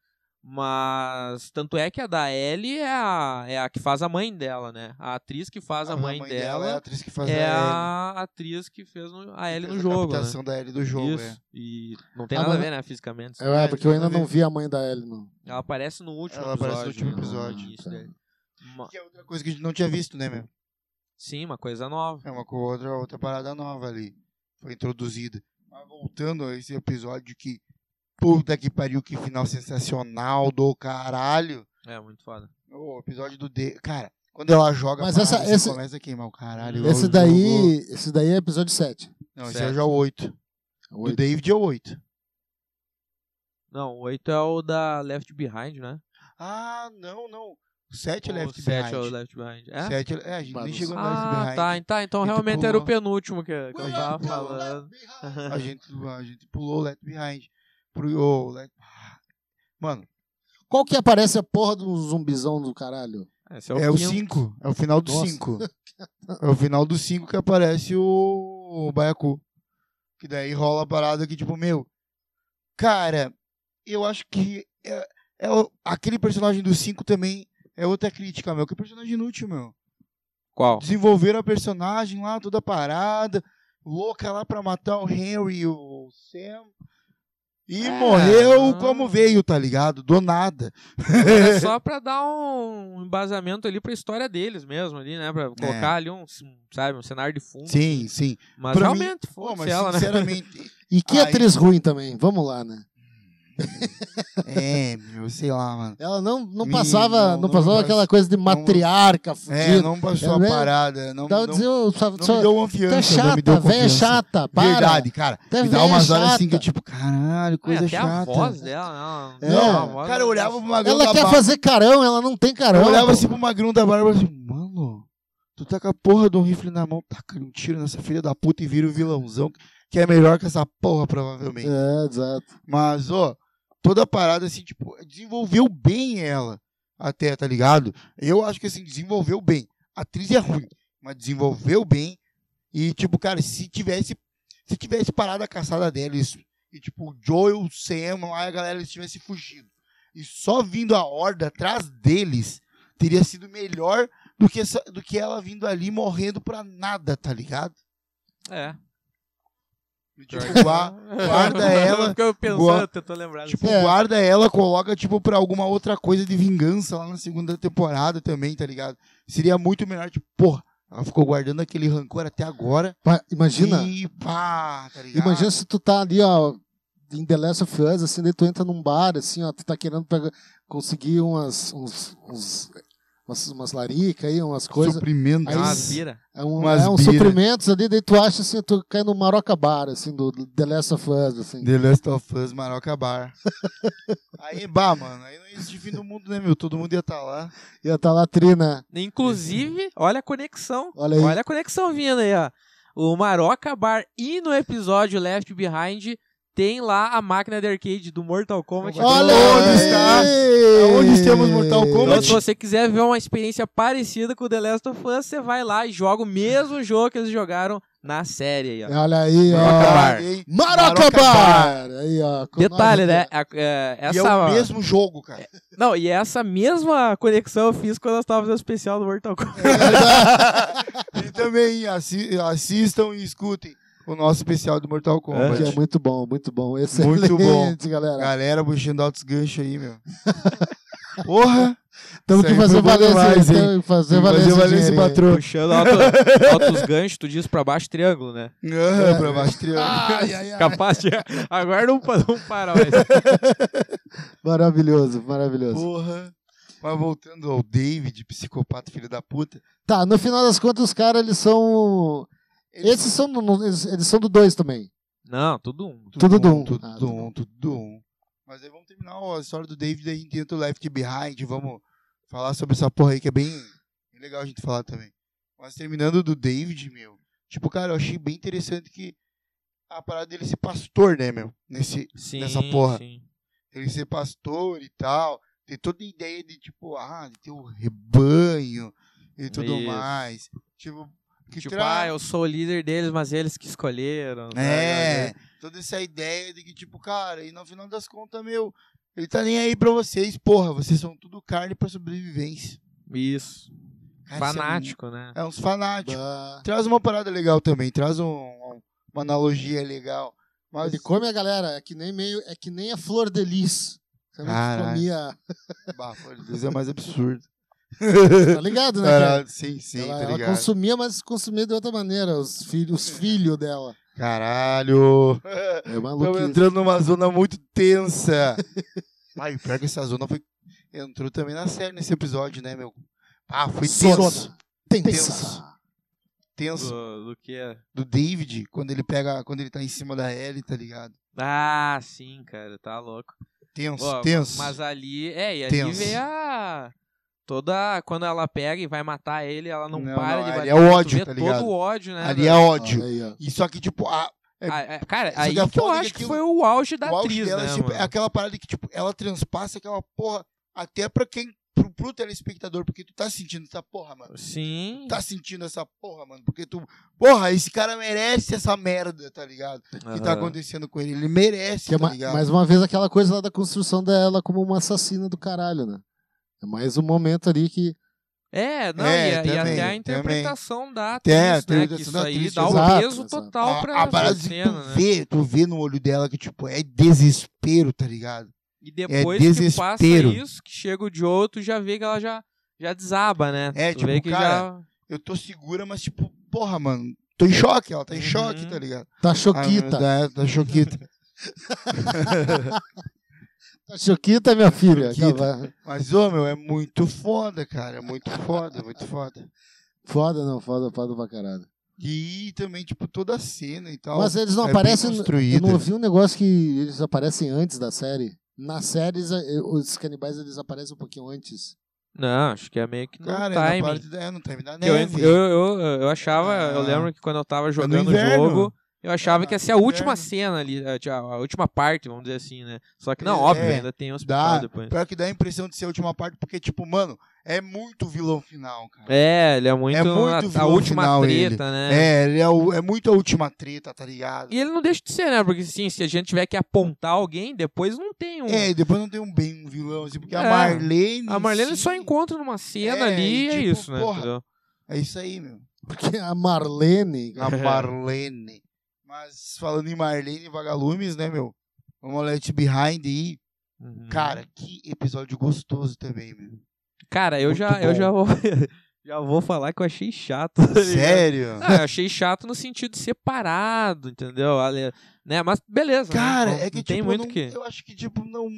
E: Mas tanto é que a da Ellie é a, é a que faz a mãe dela, né? A atriz que faz a, mãe,
D: é a
E: dela
D: atriz que
E: é,
D: faz a,
E: a atriz que fez no- a Ellie no jogo.
D: A
E: Né?
D: captação da L do jogo,
E: Isso.
D: é.
E: E não tem
C: Ah,
E: nada a
C: mas-
E: ver, né, fisicamente.
C: É,
D: É,
C: porque eu ainda
D: nada a
C: não vi a mãe da Ellie, não.
E: Ela aparece no último
D: Ela
E: episódio. né?
D: aparece no último episódio. tá.
E: no início dele. Uma-
D: Que é outra coisa que a gente não tinha visto, né, meu?
E: Sim, uma coisa nova.
D: É uma co- outra, outra parada nova ali. Foi introduzida. Mas voltando a esse episódio que. Puta que pariu, que final sensacional do caralho.
E: É, muito foda.
D: O episódio do D. Cara, quando ela joga,
C: Mas
D: a
C: essa-
D: parada, você
C: esse-
D: começa a queimar o caralho. o
C: Esse
D: jogo-
C: daí. Esse daí é episódio 7.
D: Não, esse é
E: Certo.
D: já o 8. O
C: Oito.
D: David é o 8.
E: Não, o 8 é o da Left Behind, né?
D: Ah, não, não. O 7 é
E: Ou
D: Left
E: o 7
D: Behind.
E: é o Left Behind. É?
D: Sete é- é, a gente
C: Bagunça.
D: nem chegou no
E: Ah,
D: Left
E: tá.
D: Behind.
E: Então, então
D: E tu
E: realmente era o
D: pulou.
E: penúltimo que, que eu tava falando.
D: A gente, a gente pulou o Left Behind. Pro, o Left... Ah. Mano,
C: Qual que aparece a porra do zumbizão do caralho?
E: Esse
D: é o
E: quinto.
D: 5. É o final do
C: Nossa.
D: 5. É o final do 5 que aparece o, o Baiacu. Que daí rola a parada que, tipo, meu. Cara, eu acho que é, é o- aquele personagem do 5 também é outra crítica, meu. Que personagem inútil, meu.
E: Qual?
D: desenvolveram a personagem lá, toda parada, louca lá pra matar o Henry e o Sam. E
E: É.
D: morreu como veio, tá ligado? Do nada.
E: É só pra dar um embasamento ali pra história deles mesmo, ali, né? Pra colocar ali um, sabe, um cenário de fundo.
D: É. Sim, sim.
E: Mas
D: pra mim-
E: realmente,
D: Pô,
E: foda-se
D: mas
E: ela, né?
D: sinceramente,
C: E que
D: Aí-
C: atriz ruim também, vamos lá, né?
D: é, meu, sei lá, mano.
C: Ela não, não
D: Me-
C: passava,
D: não-
C: não,
D: não
C: passava
D: pass-
C: aquela coisa de matriarca,
D: É,
C: fudida.
D: não passou a
C: É, né?
D: parada, não,
C: Então, eu
D: não,
C: dizia, eu só-
D: não
C: só-
D: me deu confiança,
C: Tu é
D: não me deu
C: chata, velho, é
D: confiança.
C: chata, para.
D: Verdade, cara.
C: Tu é
D: me dá
C: velha,
D: umas horas assim que
C: chata.
D: eu tipo, caralho,
E: Ué,
D: coisa
E: É, até
D: chata.
E: a voz dela, não.
C: É.
E: não, a
D: Não,
E: voz
D: cara, eu olhava pra uma
C: Ela quer fazer carão, ela não tem carão.
D: Eu olhava
C: pô.
D: assim pro magrão da barba e assim, mano, tu tá com a porra de um rifle na mão, taca um tiro nessa filha da puta e vira o vilãozão, que é melhor que essa porra, provavelmente.
C: É, exato.
D: Mas, ó, toda a parada, assim, tipo, desenvolveu bem ela, até, tá ligado? Eu acho que, assim, desenvolveu bem. A atriz é ruim, mas desenvolveu bem. E, tipo, cara, se tivesse, se tivesse parado a caçada dela, isso, e, tipo, o Joel, o Sam, lá, a galera, eles tivessem fugido, e só vindo a horda atrás deles, teria sido melhor do que, essa- do que ela vindo ali morrendo pra nada, tá ligado?
E: É.
D: Tipo, gua- guarda ela,
E: Porque eu pensando,
D: gua-
E: tentando lembrar.
D: Tipo,
C: É.
D: guarda ela, coloca, tipo, pra alguma outra coisa de vingança lá na segunda temporada também, tá ligado? Seria muito melhor, tipo, porra, ela ficou guardando aquele rancor até agora.
C: Pa- Imagina,
D: E pá, tá ligado?
C: imagina se tu tá ali, ó, em The Last of Us, assim, daí tu entra num bar, assim, ó, tu tá querendo pegar, conseguir umas, uns, uns- umas, umas laricas aí, umas coisas.
D: Suprimento.
E: assim.
C: Aí-
E: Ah,
D: Nossa.
E: vira.
C: É um,
D: Umas
C: é uns
D: bira.
C: suprimentos ali, daí tu acha assim, tu cai no Maroca Bar, assim, do do The Last of Us, assim.
D: The Last of Us, Maroca Bar. aí, bah, mano, aí não ia existir fim do mundo, né, meu? Todo mundo ia estar lá.
C: Ia tá lá trina.
E: Inclusive, olha a conexão.
C: Olha aí.
E: Olha a conexão vindo aí, ó. O Maroca Bar e no episódio Left Behind tem lá a máquina de arcade do Mortal Kombat.
C: Olha
D: Onde
C: aí!
D: está? Aonde temos Mortal
E: Então, se
D: Kombat?
E: você quiser ver uma experiência parecida com o The Last of Us, você vai lá e joga o mesmo jogo que eles jogaram na série aí,
D: É,
E: ó.
C: Olha aí,
E: Maroca
C: ó.
E: Bar.
D: Caralho, hein?
C: Maroca Bar! Aí, ó. com
E: Detalhe,
C: nós
E: né?
C: aqui,
E: A- é,
D: E é
E: essa,
D: o mesmo jogo, cara.
E: Não, e essa mesma conexão eu fiz quando nós estávamos fazendo o especial do Mortal Kombat.
D: É. E também assi- assistam e escutem o nosso especial do Mortal
C: ó,
D: Kombat.
C: Que é muito bom, muito bom. Excelente,
D: Muito bom.
C: galera.
D: Galera puxando altos ganchos aí, meu. Porra!
C: Temos
D: isso
C: que
D: aí
C: fazer
D: foi bom
C: valer
D: demais,
C: esse,
D: hein?
C: temos que fazer
D: Tem que
C: valer
D: fazer
C: esse,
D: valer esse
C: dinheiro aí.
D: patrão.
E: Puxando alto- altos ganchos, tu diz pra baixo triângulo, né?
D: Ah, pra baixo triângulo.
C: É. Ai, ai, ai.
E: Capaz de. Agora não, pa- não para mais.
C: Maravilhoso, maravilhoso.
D: Porra. Mas voltando ao David, psicopata filho da puta.
C: Tá, no final das contas, os caras, eles são.
D: Eles-
C: Esses são do, no- eles, eles são do 2 também.
E: Não, tudo um.
C: Tudo dum.
D: Tudo
C: Ah, tudo
D: dum, tudo dum. Mas aí vamos terminar a história do David aí dentro do Left Behind. Vamos falar sobre essa porra aí que é bem bem legal a gente falar também. Mas terminando do David, meu. Tipo, cara, eu achei bem interessante que a parada dele ser pastor, né, meu? Nesse,
E: Sim,
D: Nessa porra.
E: sim.
D: ele ser pastor e tal. Tem toda a ideia de, tipo, ah, de ter o rebanho e tudo
E: Isso.
D: mais. Tipo, que
E: Tipo,
D: tra-
E: ah, eu sou o líder deles, mas eles que escolheram. sabe?
D: É, toda essa ideia de que, tipo, cara, e no final das contas, meu, ele tá nem aí pra vocês, porra, vocês são tudo carne pra sobrevivência.
E: Isso.
D: Cara, isso é
E: Fanático, né?
D: um- É, uns fanáticos.
C: Bah.
D: Traz uma parada legal também, traz um- uma analogia legal. Mas
C: Ele come a galera, é que nem meio. É que nem a flor de lis. Sabe?
D: Caralho.
C: Comia.
D: bah, pô, Deus é mais absurdo.
C: Tá ligado, né? cara?
D: Caralho, sim, sim,
C: ela,
D: tá
C: ela
D: ligado.
C: consumia, mas consumia de outra maneira. Os filhos, os filhos dela.
D: Caralho.
C: É maluco.
D: Estamos entrando numa zona muito tensa. Ai, pior é que essa zona foi... entrou também na série nesse episódio, né, meu? Ah, foi tenso.
C: Zona. Tensa.
D: Tensa. Tenso.
E: Do, do que é.
D: Do David, quando ele pega. Quando ele tá em cima da Ellie, tá ligado?
E: Ah, sim, cara, tá louco.
D: Tenso,
E: Ó,
D: tenso.
E: Mas ali, é, e ali
D: Tenso.
E: vê a. Toda. Quando ela pega e vai matar ele, ela não,
D: Não,
E: para
D: não,
E: de
D: ali
E: bater.
D: é
E: tu
D: ódio,
E: vê
D: tá ligado?
E: Todo o ódio, né?
D: Ali
E: da-
D: é ódio.
C: Aí, ó.
D: E só que, tipo, a, é-
E: Ah, é, Cara,
D: Isso
E: aí
D: que é
E: que eu
D: foda, que
E: acho que
D: aquilo-
E: foi o auge da
D: o auge
E: atriz,
D: dela
E: né,
D: tipo, é
E: mano?
D: aquela parada que, tipo, ela transpassa aquela porra até pra quem. Pro, pro telespectador, porque tu tá sentindo essa porra, mano.
E: Sim.
D: Tá sentindo essa porra, mano. Porque tu. Porra, esse cara merece essa merda, tá ligado? que tá
E: Aham.
D: acontecendo com ele. Ele merece,
C: Que é
D: tá
C: ma-
D: ligado?
C: mais uma vez aquela coisa lá da construção dela como uma assassina do caralho, né? É mais um momento ali que.
E: É, não,
D: É,
E: e, a- e
D: também,
E: até a
D: também.
E: interpretação da
D: Tem
E: atriz,
D: a
E: né,
D: interpretação
E: que isso
D: da
E: aí
D: atriz,
E: dá o
C: exato,
E: peso
C: exato.
E: total pra,
D: a
E: pra
D: parada que
E: cena,
D: tu
E: né?
D: vê, tu vê no olho dela que, tipo, é desespero, tá ligado?
E: E depois que passa
D: desespero.
E: isso, que chega o Joe, tu já vê que ela já, já desaba, né?
D: É,
E: tu
D: tipo,
E: vê que
D: cara,
E: já...
D: Eu tô segura, mas, tipo, porra, mano, tô em choque, ela tá em
E: Uhum.
D: choque, tá ligado?
C: Tá choquita.
D: Ah, da, da choquita.
C: Tá choquita, minha filha.
D: Choquita.
C: Acaba-
D: mas, ô, meu, é muito foda, cara. É muito foda, é muito foda.
C: Foda, não, foda, foda pra caralho.
D: E também, tipo, toda a cena e tal.
C: Mas eles não
D: é
C: aparecem.
D: Bem
C: Eu
D: construída.
C: não ouvi um negócio que eles aparecem antes da série. Na série, eles- eh, os canibais eles aparecem um pouquinho antes.
E: Não, acho que é meio que no
D: Cara, é
E: timing.
D: na parte da, é, no time da
E: Que eu,
D: neve.
E: eu, eu, eu achava, eu
D: Ah.
E: lembro que quando eu tava
D: no
E: jogando o
D: inverno.
E: jogo, eu achava
D: Ah,
E: que ia ser a
D: no
E: última
D: inverno.
E: cena ali, a, a- a última parte, vamos dizer assim, né? Só que não,
D: É,
E: óbvio, ainda tem uns
D: Dá,
E: depois.
D: pior que dá a impressão de ser a última parte, porque, tipo, mano, é muito vilão final, cara.
E: É, ele é muito,
D: É muito
E: a- a,
D: vilão
E: última
D: final
E: treta,
D: ele.
E: né?
D: É, ele é, o- é muito a última treta, tá ligado?
E: E ele não deixa de ser, né? Porque assim, se a gente tiver que apontar alguém, depois não tem um.
D: É, e depois não tem um bem um vilão, assim, porque a
E: É.
D: Marlene.
E: a
D: sim,
E: Marlene só encontra numa cena
D: É,
E: ali e
D: e
E: é
D: tipo,
E: isso, né?
D: porra.
E: entendeu?
D: É isso aí, meu.
C: Porque a Marlene.
D: A Marlene. Mas falando em Marlene e Vagalumes, né, meu? Vamos ao Let Behind aí.
E: Uhum.
D: Cara, que episódio gostoso também, meu.
E: Cara, eu
D: muito
E: já, eu
D: bom.
E: já vou. Já vou falar que eu achei chato. tá ligado?
D: Sério?
E: Ah, eu achei chato no sentido de separado, entendeu? Ale- Né? Mas beleza. né?
D: Cara,
E: Não-
D: é que
E: não
D: tipo,
E: tem muito
D: não-
E: que.
D: eu acho que, tipo, não,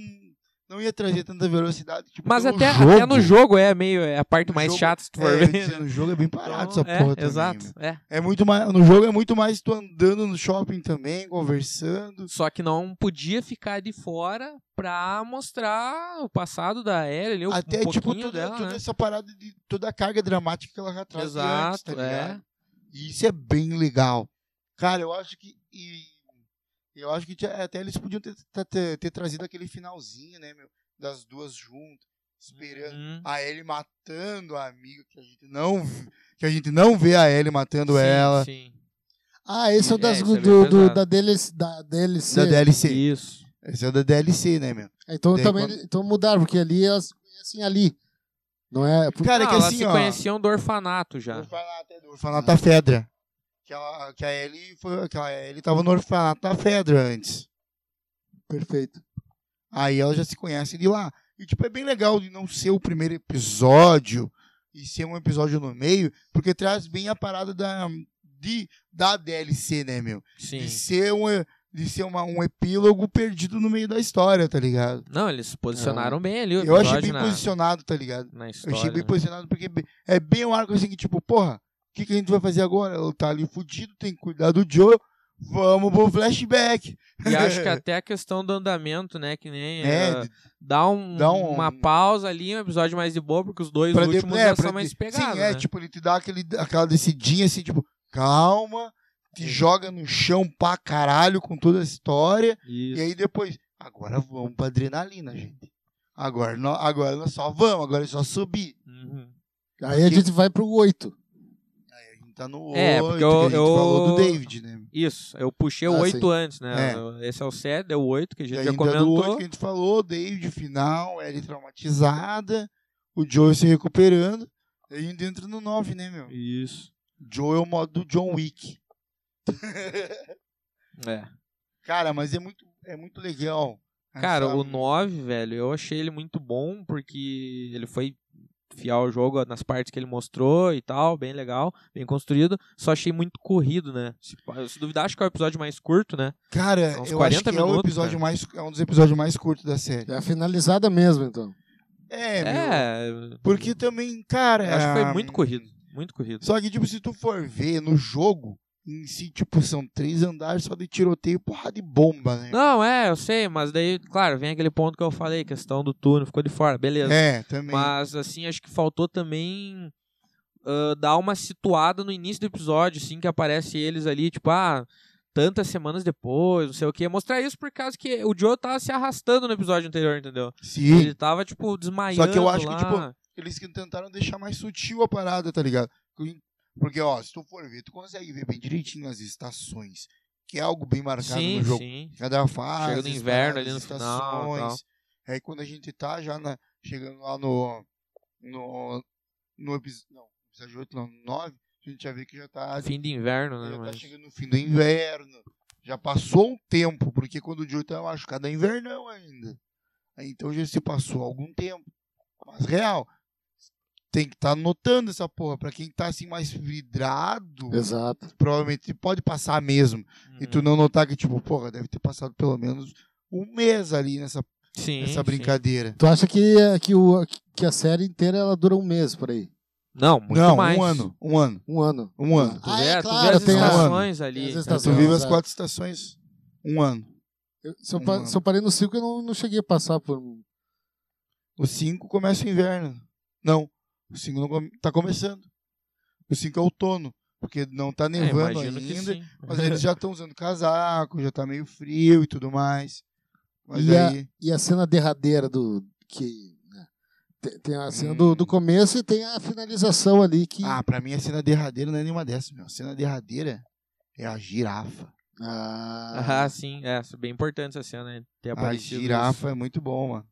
D: não ia trazer tanta velocidade. Tipo,
E: Mas
D: pelo
E: até,
D: jogo.
E: até no jogo é meio. É a parte
D: No
E: mais
D: jogo-
E: chata, se tu for
D: É, eu
E: ver.
D: ia dizer, no jogo é bem parado
E: Então,
D: essa
E: é,
D: porra também.
E: Exato.
D: meu.
E: É.
D: É muito mais, no jogo é muito mais tu andando no shopping também, conversando.
E: Só que não podia ficar de fora pra mostrar o passado da Ellie, um
D: Até,
E: pouquinho
D: tipo, toda,
E: dela,
D: toda
E: né?
D: essa parada de toda a carga dramática que ela já traz de antes, tá
E: Exato, é.
D: ligado? E isso é bem legal. Cara, eu acho que. e- eu acho que tinha- até eles podiam ter, ter- ter- ter trazido aquele finalzinho, né, meu? Das duas juntas, esperando.
E: Uhum.
D: A Ellie matando a amiga que a gente não. v- Que a gente não vê a Ellie matando
E: Sim,
D: ela.
E: Sim.
C: Ah, esse é o
E: É,
C: das,
E: esse é
C: do,
E: bem
C: do-
E: pesado.
C: da DLC. Da DLC.
D: é Da DLC.
E: Isso.
D: Essa é da DLC, né, meu?
C: Então
D: Daí
C: também
D: quando-
C: então mudaram, porque ali elas conhecem ali. Não é. por-
D: Cara,
E: Não,
D: que
E: elas
D: assim,
E: se
D: ó.
E: conheciam do orfanato já.
D: Orfanato, do orfanato da Fedra. Que, ela, que a Ellie foi. Que a Ellie tava no orfanato da Fedra antes.
C: Perfeito.
D: Aí elas já se conhecem de lá. E, tipo, é bem legal de não ser o primeiro episódio e ser um episódio no meio, porque traz bem a parada da, de, da DLC, né, meu?
E: Sim.
D: De ser um, de ser uma- um epílogo perdido no meio da história, tá ligado?
E: Não, eles posicionaram bem ali o
D: Eu achei
E: um episódio
D: bem
E: na,
D: posicionado, tá ligado?
E: na
D: Eu
E: história.
D: achei bem
E: né?
D: posicionado porque be- é bem um arco assim que, tipo, porra, o que, que a gente vai fazer agora? Ela tá ali fudido, tem que cuidar do Joe, vamos pro flashback.
E: E acho que até a questão do andamento, né? Que nem
D: É,
E: eh, dá, um-
D: dá um-
E: uma pausa ali, um episódio mais de boa, porque os dois
D: pra
E: últimos
D: depois- é,
E: já
D: pra
E: são mais
D: de-
E: pegados.
D: Sim, é,
E: né?
D: tipo, ele te dá aquele, aquela descidinha assim, tipo, calma, te joga no chão pra caralho com toda a história. E
E: Isso.
D: aí depois, agora vamos pra adrenalina, gente. Agora, nó- agora nós só vamos, agora é só subir.
E: Uhum.
C: Aí a
D: Aqui-
C: gente vai pro 8.
D: Aí a gente tá no
E: É,
D: oito,
E: porque
D: que
E: eu-
D: a gente
E: eu-
D: falou do David, né?
E: Isso, eu puxei o
D: Ah,
E: 8
D: sim.
E: antes, né? Esse é o 7, é o 8 que a
D: E
E: gente já
D: ainda do
E: comentou.
D: oito que a gente falou, David final, Ellie traumatizada, o Joe se recuperando. E a gente entra no 9, né, meu?
E: Isso.
D: Joe é o modo do John Wick.
E: É.
D: Cara, mas é muito, é muito legal. né,
E: Cara,
D: essa-
E: o 9, velho, eu achei ele muito bom porque ele foi fiar o jogo nas partes que ele mostrou e tal, bem legal, bem construído. Só achei muito corrido, né? Se, se duvidar, acho que é o episódio mais curto, né?
D: Cara,
E: uns
D: eu acho
E: 40
D: que é, o
E: minutos,
D: episódio
E: cara.
D: mais, é um dos episódios mais curtos da série.
C: É a finalizada mesmo, então.
D: É, meu.
E: É,
D: Porque também, cara.
E: acho que foi muito corrido, muito corrido.
D: Só que, tipo, se tu for ver no jogo, em si, tipo, são três andares só de tiroteio, porrada e bomba, né?
E: Não, é, eu sei, mas daí, claro, vem aquele ponto que eu falei, questão do túnel, ficou de fora, beleza.
D: É, também.
E: Mas, assim, acho que faltou também ah, dar uma situada no início do episódio, assim, que aparece eles ali, tipo, ah, tantas semanas depois, não sei o quê. Mostrar isso por causa que o Joe tava se arrastando no episódio anterior, entendeu?
D: Sim.
E: Ele tava, tipo, desmaiando
D: acho que,
E: lá.
D: tipo, Eles que tentaram deixar mais sutil a parada, tá ligado? Porque, ó, se tu for ver, tu consegue ver bem direitinho as estações, que é algo bem marcado
E: sim,
D: no jogo.
E: sim.
D: Cada fase.
E: Chega no
D: as
E: inverno
D: paradas,
E: ali no
D: estações.
E: final e
D: Aí quando a gente tá já na- chegando lá no. No. No episódio. Não, episódio 8, não, 9, a gente já vê que já tá.
E: Fim de inverno, né?
D: já tá
E: mas-
D: chegando no fim do inverno. Já passou um tempo, porque quando o Joe tá machucado é invernão ainda. Aí, Então já se passou algum tempo. Mas real, tem que estar tá notando essa porra. Pra quem tá assim mais vidrado,
E: É.
C: Exato.
D: provavelmente pode passar mesmo.
E: Uhum.
D: E
E: Hum.
D: tu não notar que, tipo, porra, deve ter passado pelo menos um mês ali nessa,
E: Sim,
D: nessa
E: sim.
D: brincadeira.
C: Tu acha que, que, o, que a série inteira ela dura um mês por aí?
E: Não, muito
D: Não,
E: mais.
D: um ano. Um ano.
C: Um ano.
D: Um ano.
E: Tu
C: Ah,
E: vê,
C: é
E: tu vê
C: claro,
E: as
C: tem
D: um ano.
E: estações
C: Tem
E: ali.
C: as
E: né?
C: estações.
D: Tu vive as
C: exato.
D: quatro estações. Um ano.
C: Eu- se, eu,
D: Um
C: pa-
D: ano.
C: se eu parei no 5, eu não, não cheguei a passar por. um-
D: O 5 começa o inverno. Não, o 5 não come- tá começando. O 5 é outono, porque não tá
E: É,
D: nevando
E: imagino que
D: ainda,
E: sim.
D: mas eles já estão usando casaco, já tá meio frio e tudo mais. Mas
C: E a-
D: aí,
C: E a cena derradeira do. que né? Tem- Tem a cena do, do começo e tem a finalização ali que.
D: Hum. ah, pra mim a cena derradeira não é nenhuma dessas, meu. A cena derradeira é a girafa.
C: Ah,
E: Ah, sim, é, isso é bem importante essa cena né, ter
D: A
E: aparecido.
D: girafa é muito bom, mano.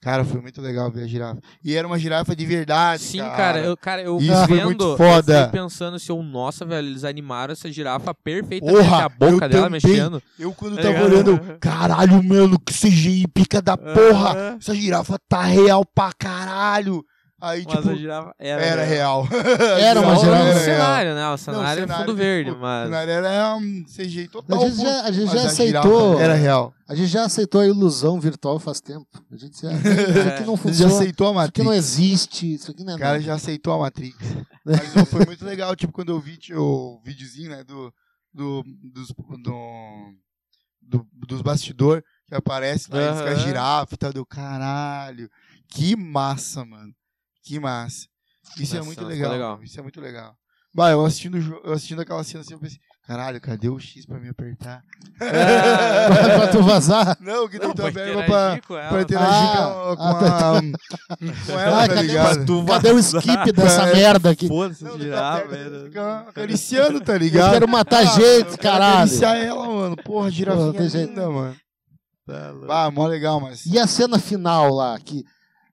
D: Cara, foi muito legal ver a girafa. E era uma girafa de verdade,
E: Sim, cara, eu, cara, eu
D: Isso foi
E: vendo,
D: muito
E: eu
D: foda.
E: fiquei pensando assim, eu, nossa, velho, eles animaram essa girafa perfeitamente,
D: Porra,
E: a boca
D: eu
E: dela
D: também.
E: mexendo.
D: Eu quando
E: Tá
D: tava
E: ligado?
D: olhando, eu, caralho, mano, que CGI pica da porra.
E: Aham.
D: Essa girafa tá real pra caralho. Aí,
E: Mas
D: tipo,
E: a girafa era,
D: era
E: real.
D: real.
C: Era uma
E: Só
C: girafa.
E: O
C: Era
E: cenário, né, o cenário, é
D: cenário
E: fundo
D: que
E: verde,
D: ficou-
E: mas...
D: O cenário era um CGI total.
C: a gente já, a gente
D: mas
C: já
D: a girafa
C: aceitou.
D: Era real.
C: A gente já aceitou a ilusão virtual faz tempo. A gente já. Isso aqui não
D: Ele já
C: funciona.
D: aceitou a
C: isso aqui não
D: Matrix.
C: existe. Isso aqui não é
D: O cara
C: nada.
D: já aceitou a Matrix. Mas ó, foi muito legal, tipo, quando eu vi tio, o videozinho, né, do, do, dos, do, do- dos bastidores que aparece lá, eles com a
E: Aham.
D: girafa e tal, do caralho. Que massa, mano. Que massa. Isso é
E: Nossa,
D: muito
E: ficou
D: legal,
E: legal.
D: mano, Isso é muito legal. Bah, eu assistindo, o jo- eu assistindo aquela cena assim, eu pensei, caralho, cadê o X pra me apertar?
E: Ah,
C: pra tu vazar.
D: Não, que
E: não,
D: deu tua
E: pra
D: verba é
E: interagir
D: pra,
E: com ela, tá?
D: pra interagir
C: Ah,
D: com, a, com, a, com ela,
C: Ah,
D: tá
C: cadê-
D: ligado?
E: tu
C: Cadê o skip dessa
D: É.
C: merda aqui?
E: Foda-se,
D: Não, daí tu
E: girafa,
D: aperta,
E: era-
D: fica acariciando, tá
C: Eu
D: ligado?
C: quero matar
D: Eu
C: gente,
D: quero
C: caralho.
D: acariciar ela, mano. um Porra, girafinha
C: Porra, tem jeito.
D: linda, mano.
E: Tá louco.
D: Ah, mó legal, mas...
C: E a cena final lá, que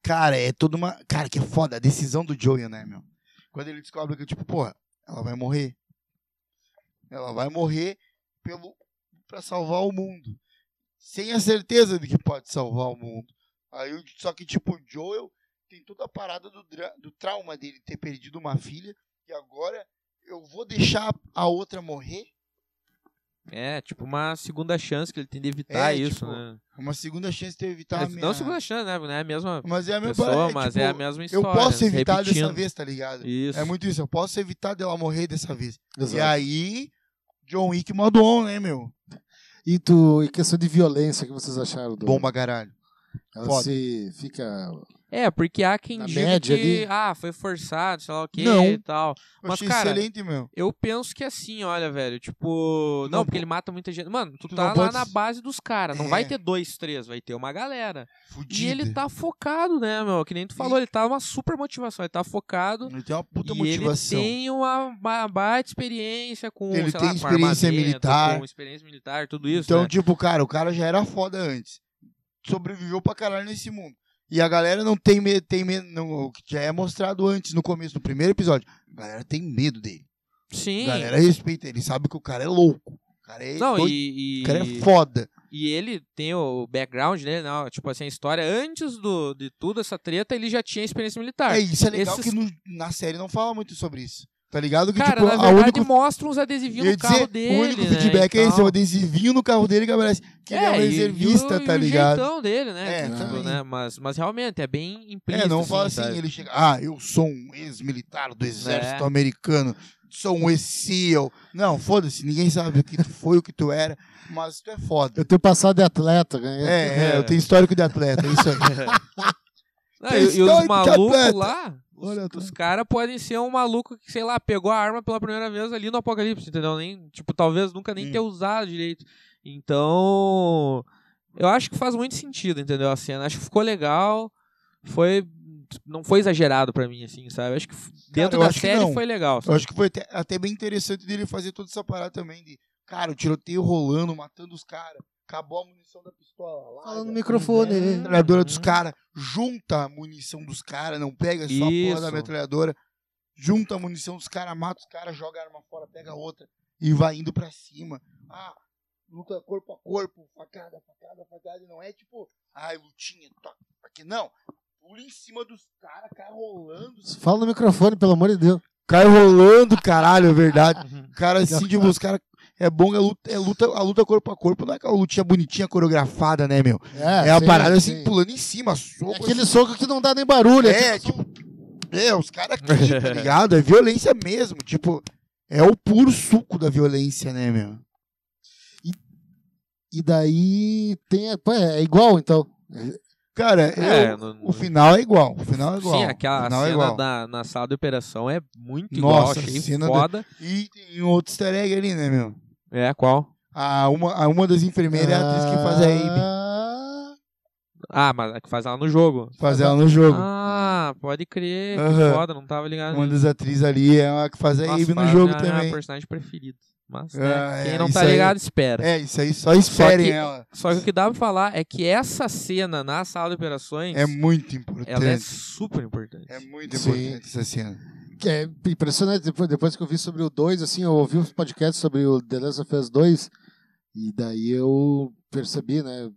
D: Cara, é toda uma... Cara, que é foda. A decisão do Joey, né, meu? Quando ele descobre que, tipo, porra, ela vai morrer. Ela vai morrer pelo... pra salvar o mundo. Sem a certeza de que pode salvar o mundo. Aí, o- só que, tipo, o Joel tem toda a parada do, dra- do trauma dele ter perdido uma filha. E agora eu vou deixar a outra morrer
E: É, tipo uma segunda chance que ele tem de evitar
D: É,
E: isso,
D: tipo,
E: né?
D: Uma segunda chance de ter evitado a
E: É,
D: Tá, minha...
E: Não segunda chance, né? Não é a mesma
D: Mas é a mesma
E: pessoa,
D: é,
E: mas
D: tipo,
E: é a mesma
D: Eu
E: história.
D: posso
E: se
D: evitar
E: repetindo.
D: dessa vez, tá ligado?
E: Isso.
D: É muito isso. Eu posso evitar dela morrer dessa vez. E
C: Exato.
D: aí, John Wick mandou on, né, meu?
C: E, tu, e questão de violência, o que vocês acharam? Do,
D: Bomba caralho.
C: Ela
D: foda.
C: se fica...
E: É, porque há quem
C: Na
E: diga
C: média
E: que
C: ali.
E: ah, foi forçado, sei lá o que
D: Não.
E: e tal.
D: Eu
E: Mas,
D: achei
E: cara,
D: excelente, meu.
E: Eu penso que assim, olha, velho, tipo,
D: não
E: não, porque
D: po-
E: ele mata muita gente. Mano, tu,
D: tu
E: tá
D: não
E: lá
D: pode-
E: na base dos caras, não
D: É.
E: vai ter dois, três, vai ter uma galera.
D: Fudido.
E: E ele tá focado, né, meu? Que nem tu falou, ele tá uma super motivação, ele tá focado.
D: Ele tem uma puta
E: e
D: motivação.
E: ele tem uma, ba- baita experiência com,
D: Ele
E: sei
D: tem
E: lá, com
D: experiência
E: armamento,
D: militar.
E: com experiência militar, tudo isso,
D: Então,
E: né?
D: tipo, cara, o cara já era foda antes. Sobreviveu pra caralho nesse mundo. E a galera não tem medo, tem medo, não, o que já é mostrado antes, no começo, no primeiro episódio. A galera tem medo dele.
E: Sim.
D: A galera respeita, ele sabe que o cara é louco. O cara é,
E: Não,
D: doido,
E: e, e-
D: o cara é foda.
E: e ele tem o background dele, né? Tipo assim, a história antes do, de tudo essa treta, ele já tinha experiência militar.
D: É, isso é legal
E: esses-
D: que no- na série não fala muito sobre isso. Tá ligado? Que,
E: Cara,
D: tipo,
E: na
D: a
E: verdade
D: único,
E: mostra uns adesivinhos
D: eu ia
E: no carro
D: dizer,
E: dele.
D: o único
E: né,
D: feedback
E: e
D: é esse, é
E: tal.
D: um adesivinho no carro dele que aparece que ele é um
E: e-
D: reservista,
E: e o-
D: tá
E: e
D: ligado?
E: O jeitão dele, né?
D: É,
E: tipo,
D: também.
E: né? Mas, mas realmente, é bem implícito.
D: É, não fala
E: assim,
D: assim,
E: sabe?
D: ele chega, ah, eu sou um ex-militar do exército
E: É.
D: americano, sou um ex-SEAL. Não, foda-se, ninguém sabe o que tu foi, o que tu era, mas tu é foda.
C: Eu tenho passado de atleta, né? ganhei.
D: É, é, eu tenho histórico de atleta, é isso aí.
E: Não, e, e os
D: Questão de
E: malucos
D: atleta.
E: lá,
D: Olha,
E: os caras podem ser um maluco que, sei lá, pegou a arma pela primeira vez ali no Apocalipse, entendeu? Nem, tipo, talvez nunca nem
D: Hum.
E: ter usado direito. Então, eu acho que faz muito sentido, entendeu? A cena, acho que ficou legal, foi... Não foi exagerado pra mim, assim, sabe? Acho que f- dentro
D: eu
E: da
D: acho que
E: série
D: não.
E: foi legal.
D: eu
E: sabe?
D: acho que foi até, até bem interessante dele fazer toda essa parada também de, cara, o tiroteio rolando, matando os caras, acabou a munição da pistola. larga,
C: Fala no microfone.
D: pega a
C: né?
D: metralhadora dos
E: Uhum.
D: caras, junta a munição dos caras, não pega é só a
E: Isso.
D: porra da metralhadora, junta a munição dos caras, mata os caras, joga a arma fora, pega outra e vai indo pra cima. Ah, luta corpo a corpo, facada, facada, facada, não é tipo, ai, lutinha, toque, porque não. Pula em cima dos caras, cai rolando.
C: Fala no microfone, pelo amor de Deus.
D: Cai rolando, caralho, é verdade.
E: Uhum.
D: Cara, assim, tipo, os caras. É bom, é luta, é luta, a luta corpo a corpo, não é aquela lutinha bonitinha coreografada, né, meu? É a
C: sim,
D: parada
C: sim.
D: assim, pulando em cima, soco.
C: É assim. aquele soco que não dá nem barulho.
D: É, tipo. É, os caras aqui, tá ligado? É violência mesmo. Tipo, é o puro suco da violência, né, meu?
C: E daí tem. pô, é igual, então.
D: Cara, eu-
E: no-
D: o final é igual. O final é igual.
E: Sim, aquela
D: o final
E: cena
D: é igual.
E: da, na sala de operação é muito
D: Nossa,
E: igual, achei
D: cena do-
E: foda.
D: E tem um outro easter egg ali, né, meu?
E: É, qual?
D: A uma, a uma das enfermeiras é a atriz que faz a Abe.
C: Ah,
E: Ah, mas a que faz ela no jogo.
D: Faz
C: é
D: ela no jogo.
E: Ah, pode crer, que
D: Aham.
E: foda, não tava
C: Uhum.
E: ligado.
D: Uma das atrizes ali é a que faz a Abe no
E: mas
D: jogo
E: é a
D: também.
E: minha personagem preferida. Mas,
D: Ah,
E: né, quem
D: é,
E: não
D: isso
E: tá
D: aí.
E: ligado, espera.
D: É, isso aí, só esperem
E: Só que-
D: ela.
E: Só que o que dá pra falar é que essa cena na sala de operações,
D: É muito
E: ela é
D: importante.
E: super importante.
D: É muito
C: Sim.
D: importante essa cena.
C: que é impressionante. Depois, depois que eu vi sobre o 2, assim, eu ouvi uns podcasts sobre o The Last of Us 2. E daí eu percebi, né?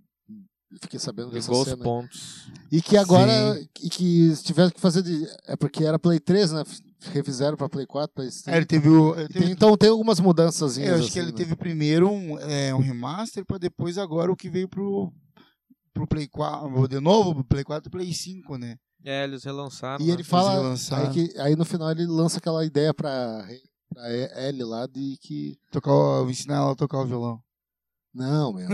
C: Fiquei sabendo dessa
E: Ligou os
C: cena.
E: pontos.
C: E que agora. E que se tiveram que fazer de. É porque era Play 3, né? Refizeram pra Play 4, Play 5.
D: É, ele teve o. ele
C: E
D: teve
C: tem- então tem algumas assim, né. mudanças.
D: É, eu acho que ele teve primeiro um, é, um remaster pra depois agora o que veio pro, pro Play 4, de novo, pro Play 4 e Play 5, né?
E: É, eles relançaram.
C: E
E: né?
C: ele fala.
D: relançaram.
C: Aí, que- aí no final ele lança aquela ideia pra, pra Ellie lá de que.
D: Tocar, o- vou ensinar ela a tocar o violão.
C: Não, meu.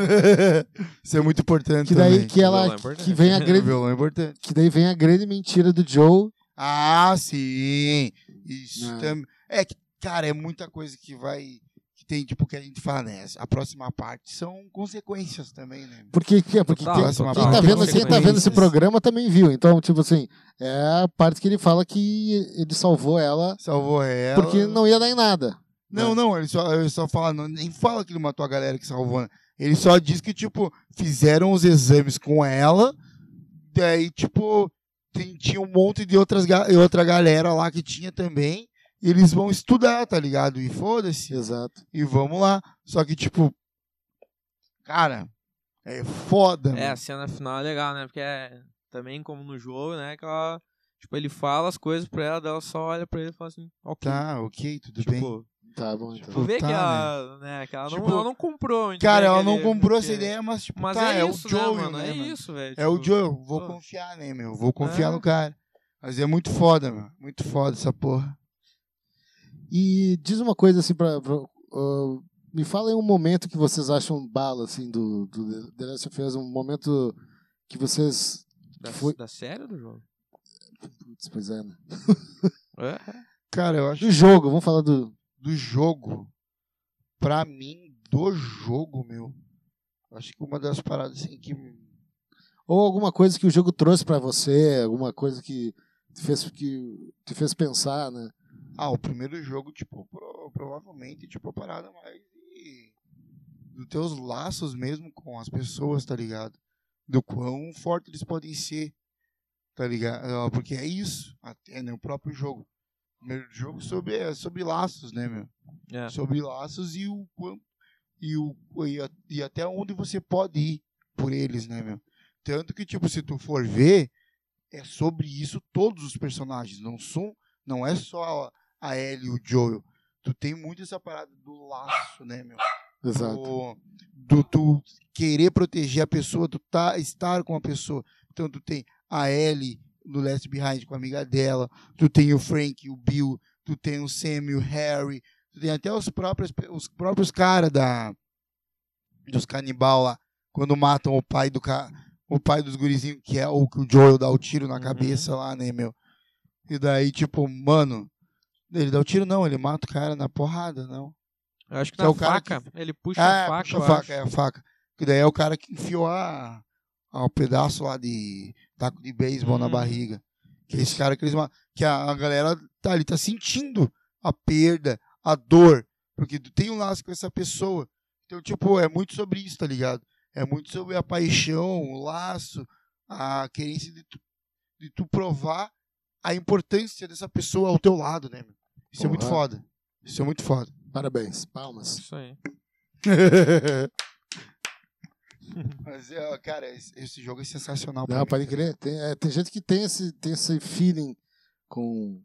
D: Isso é muito importante
C: Que daí
D: também.
C: que
E: Violão
C: ela.
E: é importante.
C: Que vem a
D: O
C: grande.
D: violão é importante.
C: Que daí vem a grande mentira do Joe.
D: Ah, sim. Isso
C: Não.
D: também. É que, cara, é muita coisa que vai que tem tipo que a gente fala, né? A próxima parte são consequências também, né?
C: Porque, que- porque
E: Total,
C: quem,
E: total.
C: quem tá
E: Tem
C: vendo, quem tá vendo esse
E: consequências.
C: programa também viu. Então, tipo assim, é a parte que ele fala que ele salvou ela
D: Salvou ela.
C: porque não ia dar em nada.
D: Não, não, ele só, ele só fala, não, nem fala que ele matou a galera que salvou, né? Ele só diz que, tipo, fizeram os exames com ela, daí, tipo, tem- tinha um monte de outras, ga- e outra galera lá que tinha também, e eles vão estudar, tá ligado? E foda-se,
C: Exato.
D: e vamos lá. Só que, tipo, cara, é foda,
E: É, a
D: mano.
E: cena final é legal, né? Porque é também como no jogo, né? Que ela, tipo, ele fala as coisas pra ela, daí ela só olha pra ele e fala assim, ok.
D: Tá, ok, tudo bem.
E: tipo,
C: Tá bom, então.
E: Tu vê
D: Tá,
E: que ela, né, que ela,
D: Tipo,
E: não, ela não comprou. muito
D: Cara,
E: bem
D: ela
E: aquele-
D: não comprou essa
E: aquele-
D: ideia, mas tipo,
E: Mas
D: tá,
E: é,
D: é,
E: isso,
D: o Joel,
E: né, mano?
D: né,
E: é
D: mano?
E: isso, velho.
D: É o
E: tipo,
D: Joel, vou
E: pô.
D: confiar, né, meu? Vou confiar
E: É.
D: no cara. Mas é muito foda, meu. Muito foda essa porra.
C: E diz uma coisa assim pra. pra, ah, me fala em um momento que vocês acham bala, assim, do, do The Last of Us, um momento que vocês.
E: Da,
C: Foi-
E: da série ou do jogo?
C: Putz, pois é, né?
E: É?
D: Cara, eu acho
C: Do jogo, vamos falar do.
D: do jogo. Pra mim, do jogo, meu. Acho que uma das paradas assim que.
C: Ou alguma coisa que o jogo trouxe pra você, alguma coisa que te fez, que te fez pensar, né?
D: Ah, o primeiro jogo, tipo, pro- provavelmente, tipo, a parada mais. de- Dos teus laços mesmo com as pessoas, tá ligado? Do quão forte eles podem ser, tá ligado? Ah, Porque é isso, até, né? O próprio jogo. O primeiro jogo sobre, é sobre laços, né, meu?
E: É.
D: sobre laços e o quanto e o e, a- e até onde você pode ir por eles, né, meu? Tanto que tipo se tu for ver é sobre isso todos os personagens, não são não é só a Ellie e o Joel. Tu tem muito essa parada do laço, né, meu?
C: Exato.
D: do, do tu querer proteger a pessoa, tu tá, estar com a pessoa. Então tu tem a Ellie no Last Behind com a amiga dela, tu tem o Frank, o Bill, tu tem o Sam, e o Harry, tu tem até os próprios, os próprios caras da dos canibal lá, quando matam o pai do ca, o pai dos gurizinhos, que é o que o Joel dá o tiro na
E: Uhum.
D: cabeça lá, né, meu? E daí, tipo, mano, ele dá o tiro não, ele mata o cara na porrada, não.
E: Eu acho que
D: Que
E: na
D: é o cara
E: faca, ele puxa
D: Ah,
E: a faca.
D: puxa
E: eu
D: a faca,
E: acho.
D: é a faca. Que daí é o cara que enfiou a, a- o pedaço lá de taco de beisebol na
E: Hum. barriga.
D: barriga. Que é esse cara que eles ma- que a, a galera tá ali tá sentindo a perda, a dor, porque tu tem um laço com essa pessoa. Então, tipo, é muito sobre isso, tá ligado? É muito sobre a paixão, o laço, a querência de tu, de tu provar a importância dessa pessoa ao teu lado, né, meu? Isso é muito
C: Porra.
D: foda. Isso é muito foda.
C: Parabéns. Palmas.
E: Isso aí.
D: Mas, é, ó, cara, esse esse jogo é sensacional. pra
C: Não,
D: mim.
C: pode crer. Tem, é, tem gente que tem esse, tem esse feeling com.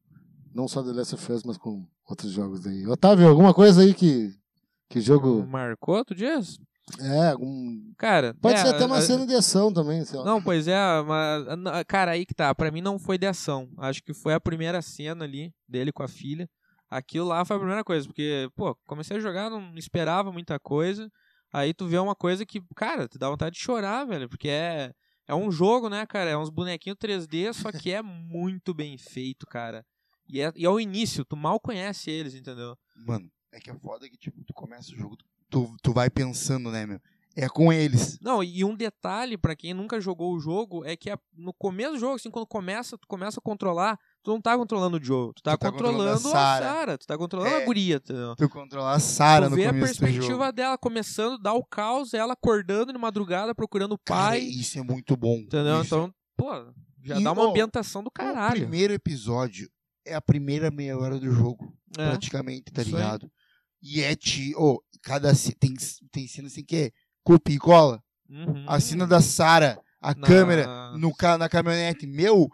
C: Não só The Last of Us, mas com outros jogos aí. Otávio, alguma coisa aí que. Que jogo.
E: Marcou, tu diz?
D: Uhum.
C: É, algum.
E: Cara.
C: Pode
E: é,
C: ser até uma
E: a-
C: cena de ação também, sei lá.
E: Não, pois é, mas, n- cara, aí que tá. Pra mim não foi de ação. Acho que foi a primeira cena ali dele com a filha. Aquilo lá foi a primeira coisa, porque, pô, comecei a jogar, não esperava muita coisa. Aí tu vê uma coisa que, cara, te dá vontade de chorar, velho, porque é é um jogo, né, cara? É uns bonequinhos 3D, só que é muito bem feito, cara. E é, e é o início, tu mal conhece eles, entendeu?
D: Mano, é que é foda que, tipo, tu começa o jogo, tu, tu vai pensando, né, meu? É com eles.
E: Não, e um detalhe pra quem nunca jogou o jogo é que a- no começo do jogo, assim, quando começa, tu começa a controlar, tu não tá controlando o Joe, tu tá,
D: Tu tá
E: controlando,
D: controlando a
E: a
D: Sarah.
E: Sarah, tu tá controlando a
D: É.
E: guria, entendeu?
D: Tu controlar a Sarah
E: tu
D: no
E: vê a
D: começo do jogo.
E: perspectiva dela começando, dá o caos, ela acordando de madrugada procurando o
D: Cara,
E: pai,
D: isso é muito bom.
E: entendeu?
D: Isso. é
E: Então, pô, já
D: E,
E: dá uma
D: ô,
E: ambientação do
D: O
E: caralho.
D: primeiro episódio é a primeira meia hora do jogo,
E: É.
D: praticamente, tá
E: Isso aí.
D: ligado? E é ti... Ô, cada... ce- Tem, tem cena assim que é copia e cola.
E: Uhum.
D: A cena da Sarah, a
E: Na-
D: câmera, no, ca- na caminhonete. Meu,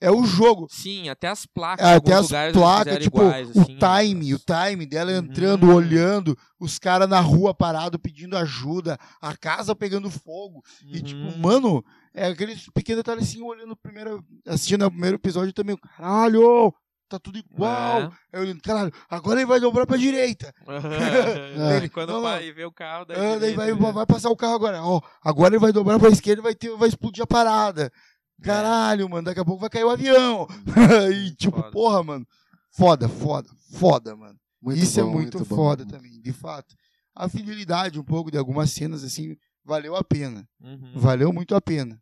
D: é o jogo.
E: Sim, até as placas. em
D: É, Até
E: alguns
D: as
E: lugares eles
D: placas,
E: fizeram
D: tipo,
E: iguais,
D: o
E: assim,
D: time, o
E: mas-
D: time dela
E: Uhum.
D: entrando, olhando, os caras na rua parado pedindo ajuda, a casa pegando fogo. E,
E: Uhum.
D: tipo, mano, é aqueles pequenos detalhes assim, olhando o primeiro, assistindo o primeiro episódio também, caralho, tá tudo igual.
E: É.
D: Aí eu olhando, caralho, agora ele vai dobrar pra direita.
E: Ele, quando
D: É. Não, não.
E: vai ver o carro da
D: Ah, daí vai,
E: direita, né?
D: vai passar o carro agora. Ó, agora ele vai dobrar pra esquerda e vai, ter, vai explodir a parada.
E: É.
D: Caralho, mano, daqui a pouco vai cair o avião. e, tipo,
E: Foda.
D: porra, mano. Foda, foda, foda, mano.
C: Muito
D: Isso
C: bom,
D: é muito,
C: bom.
D: foda também, de fato. A fidelidade um pouco de algumas cenas, assim, valeu a pena.
E: Uhum.
D: Valeu muito a pena.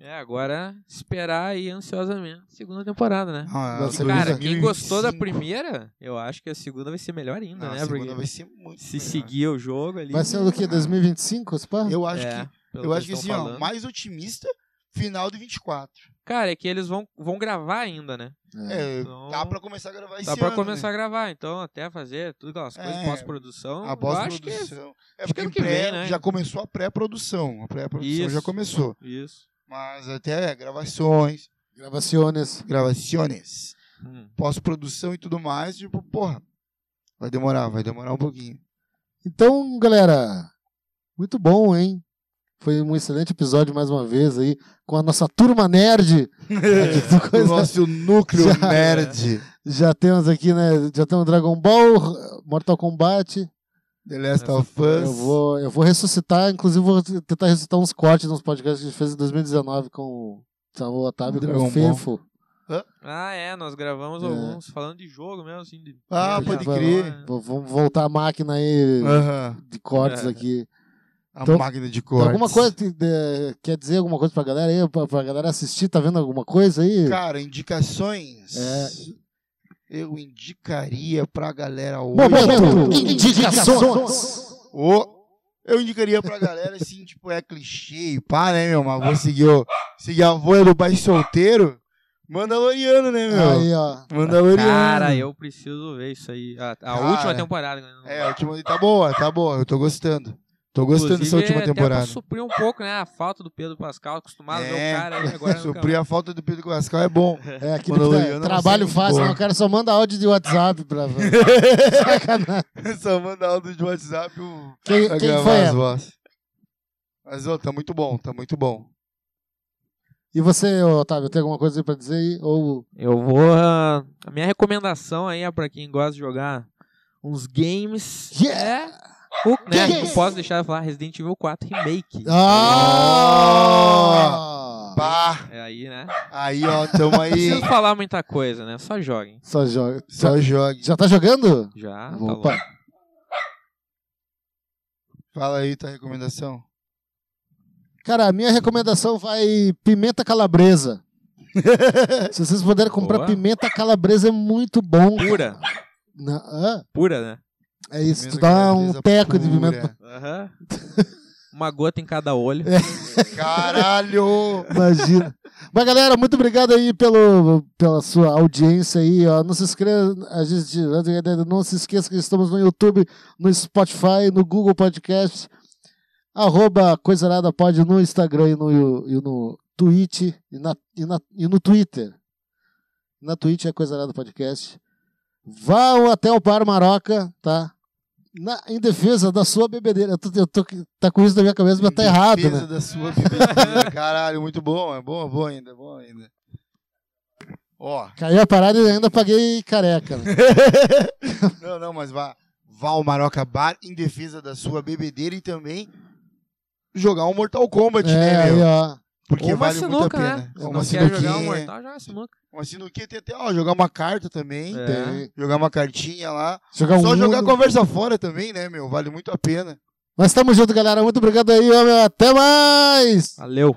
E: É, agora esperar aí ansiosamente a segunda temporada, né?
D: Ah,
C: Nossa,
D: dois
E: Cara,
D: mil e
E: quem gostou da
D: 25.
E: primeira, eu acho que a segunda vai ser melhor ainda,
D: Não, a
E: né?
D: segunda
E: Porque
D: vai ser muito
E: se
D: melhor.
E: seguir o jogo ali.
C: Vai ser o quê? 2025? esse pá?
D: Eu acho
E: é,
D: que,
E: pelo
D: eu acho que
E: eles
D: assim,
E: tão
D: ó,
E: falando.
D: mais otimista, final de 24.
E: Cara, é que eles vão, vão gravar ainda, né?
D: É,
E: Então,
D: dá pra começar a gravar esse
E: Dá pra
D: ano, né?
E: começar a gravar, então até fazer tudo aquelas coisas
D: É,
E: pós-produção.
D: né? a
E: eu acho que
D: pós-produção. É
E: acho que
D: porque
E: ano que
D: pré-
E: vem, né?
D: já começou a pré-produção. A pré-produção
E: Isso.
D: já começou.
E: Isso.
D: Mas até gravações,
C: Gravaciones.
D: gravações.
E: Hum.
D: pós-produção e tudo mais, tipo, porra, Vai demorar, vai demorar um pouquinho.
C: Então, galera, muito bom, hein? Foi um excelente episódio mais uma vez aí com a nossa turma nerd. do
D: O
C: Coisa-
D: nosso núcleo
C: Já-
D: nerd.
C: Já temos aqui, né? Já temos Dragon Ball, Mortal Kombat.
D: The Last of Us.
C: Eu vou, eu vou ressuscitar, inclusive vou tentar ressuscitar uns cortes nos podcasts que a gente fez em 2019 com o Samuel Otávio com
D: Dragon
C: o Fefo.
E: Ah, é, nós gravamos
C: É.
E: alguns falando de jogo mesmo, assim. De...
D: Ah,
E: de-
D: pode
E: de-
D: crer. É.
C: Vou- Vamos voltar a máquina aí
D: Aham.
C: de cortes
E: É.
C: aqui.
D: A
C: Então,
D: máquina de
C: Tem
D: cortes.
C: Alguma coisa que, eh, quer dizer alguma coisa pra galera aí? Pra, pra galera assistir, tá vendo alguma coisa aí?
D: Cara, indicações.
C: É.
D: Eu indicaria pra galera hoje.
C: Momento! Indicações!
D: Ô, eu indicaria pra galera, assim, tipo, é clichê e pá, né, meu? Mas vou seguir, o, seguir a voz do pai solteiro. Mandaloriano, né, meu?
C: Aí, ó.
D: Mandaloriano.
E: Cara, eu preciso ver isso aí. A, a
D: é Cara.
E: última temporada. né?
D: É, a última... tá boa, tá boa. Eu tô gostando. Tô gostando
E: Inclusive, é
D: dessa última
E: até pra
D: temporada. É,
E: suprir um pouco, né? A falta do Pedro Pascal, acostumado a ver o cara aí agora. nunca
D: suprir a falta do Pedro Pascal é bom.
C: É, aquele
D: Mandaloriano
C: que
D: é
C: dá
D: uma
C: trabalho
D: série
C: fácil,
D: boa.
C: né? o cara só manda áudio de WhatsApp pra. Sacanagem.
D: Só manda áudio de WhatsApp o...
C: Quem,
D: pra
C: quem
D: gravar
C: foi
D: as
C: ela?
D: vozes. Mas, ô, tá muito bom, tá muito bom.
C: E você, ô, Otávio, tem alguma coisa aí pra dizer aí? Ou.
E: Eu vou. ah, A minha recomendação aí é pra quem gosta de jogar uns games.
C: Yeah!
E: O,
D: é
E: né,
C: Que
E: não
C: que-
E: posso deixar de falar Resident Evil 4 Remake.
C: Ah!
D: Pá!
E: É aí, né?
D: Aí, ó, tamo
E: Não
D: aí.
E: preciso falar muita coisa, né? Só joguem.
C: Só joga.
D: Só jogue.
C: Já tá jogando?
E: Já. tá
C: Opa!
E: louco.
D: Fala aí tua recomendação.
C: Cara, a minha recomendação vai pimenta calabresa. Se vocês puderem comprar
E: Boa.
C: pimenta calabresa, é muito bom. cara.
E: Pura.
C: Na- hã?
E: Pura, né?
C: é isso, tu
D: Pimenta
C: dá um
D: calabresa
C: teco de
D: pura.
C: pimenta.
E: Aham. Uma gota em cada olho.
D: É, Caralho!
C: Imagina. Mas galera, muito obrigado aí pelo, pela sua audiência aí. Ó. Não se esqueça, a gente, não se esqueça que estamos no YouTube, no Spotify, no Google Podcast, arroba Coisarada Pod no Instagram e no, e no Twitch e, na, e, na- e no Twitter. Na Twitch é Coisarada Podcast. Vão até o Bar Maroca, tá? Na- em defesa da sua bebedeira. Eu tô, eu tô- tá com isso na minha cabeça, mas tá errado,
D: Defesa
C: né?
D: da sua bebedeira. Caralho, muito bom. É bom, é bom ainda, é bom ainda. Ó,
C: Caiu a parada e ainda paguei careca. né?
D: não, não, mas vá. Vá ao Maroca Bar em defesa da sua bebedeira e também jogar um Mortal Kombat,
C: É,
D: né,
C: aí,
D: meu?
C: ó.
D: Porque
E: Ou uma
D: vale muito a
E: sinuca,
D: pena.
E: né?
D: Ou
E: Se
D: Uma
E: não quer jogar um
D: sinuquinha.
E: mortal, joga sinuca.
D: Uma sinuquinha tem até, ó, jogar uma carta também.
E: É.
C: Tem.
D: Jogar uma cartinha lá.
C: Jogar um
D: Só jogar
C: mundo.
D: conversa fora também, né, meu? Vale muito a pena.
C: Mas tamo junto, galera. Muito obrigado aí, ó, meu. Até mais!
E: Valeu.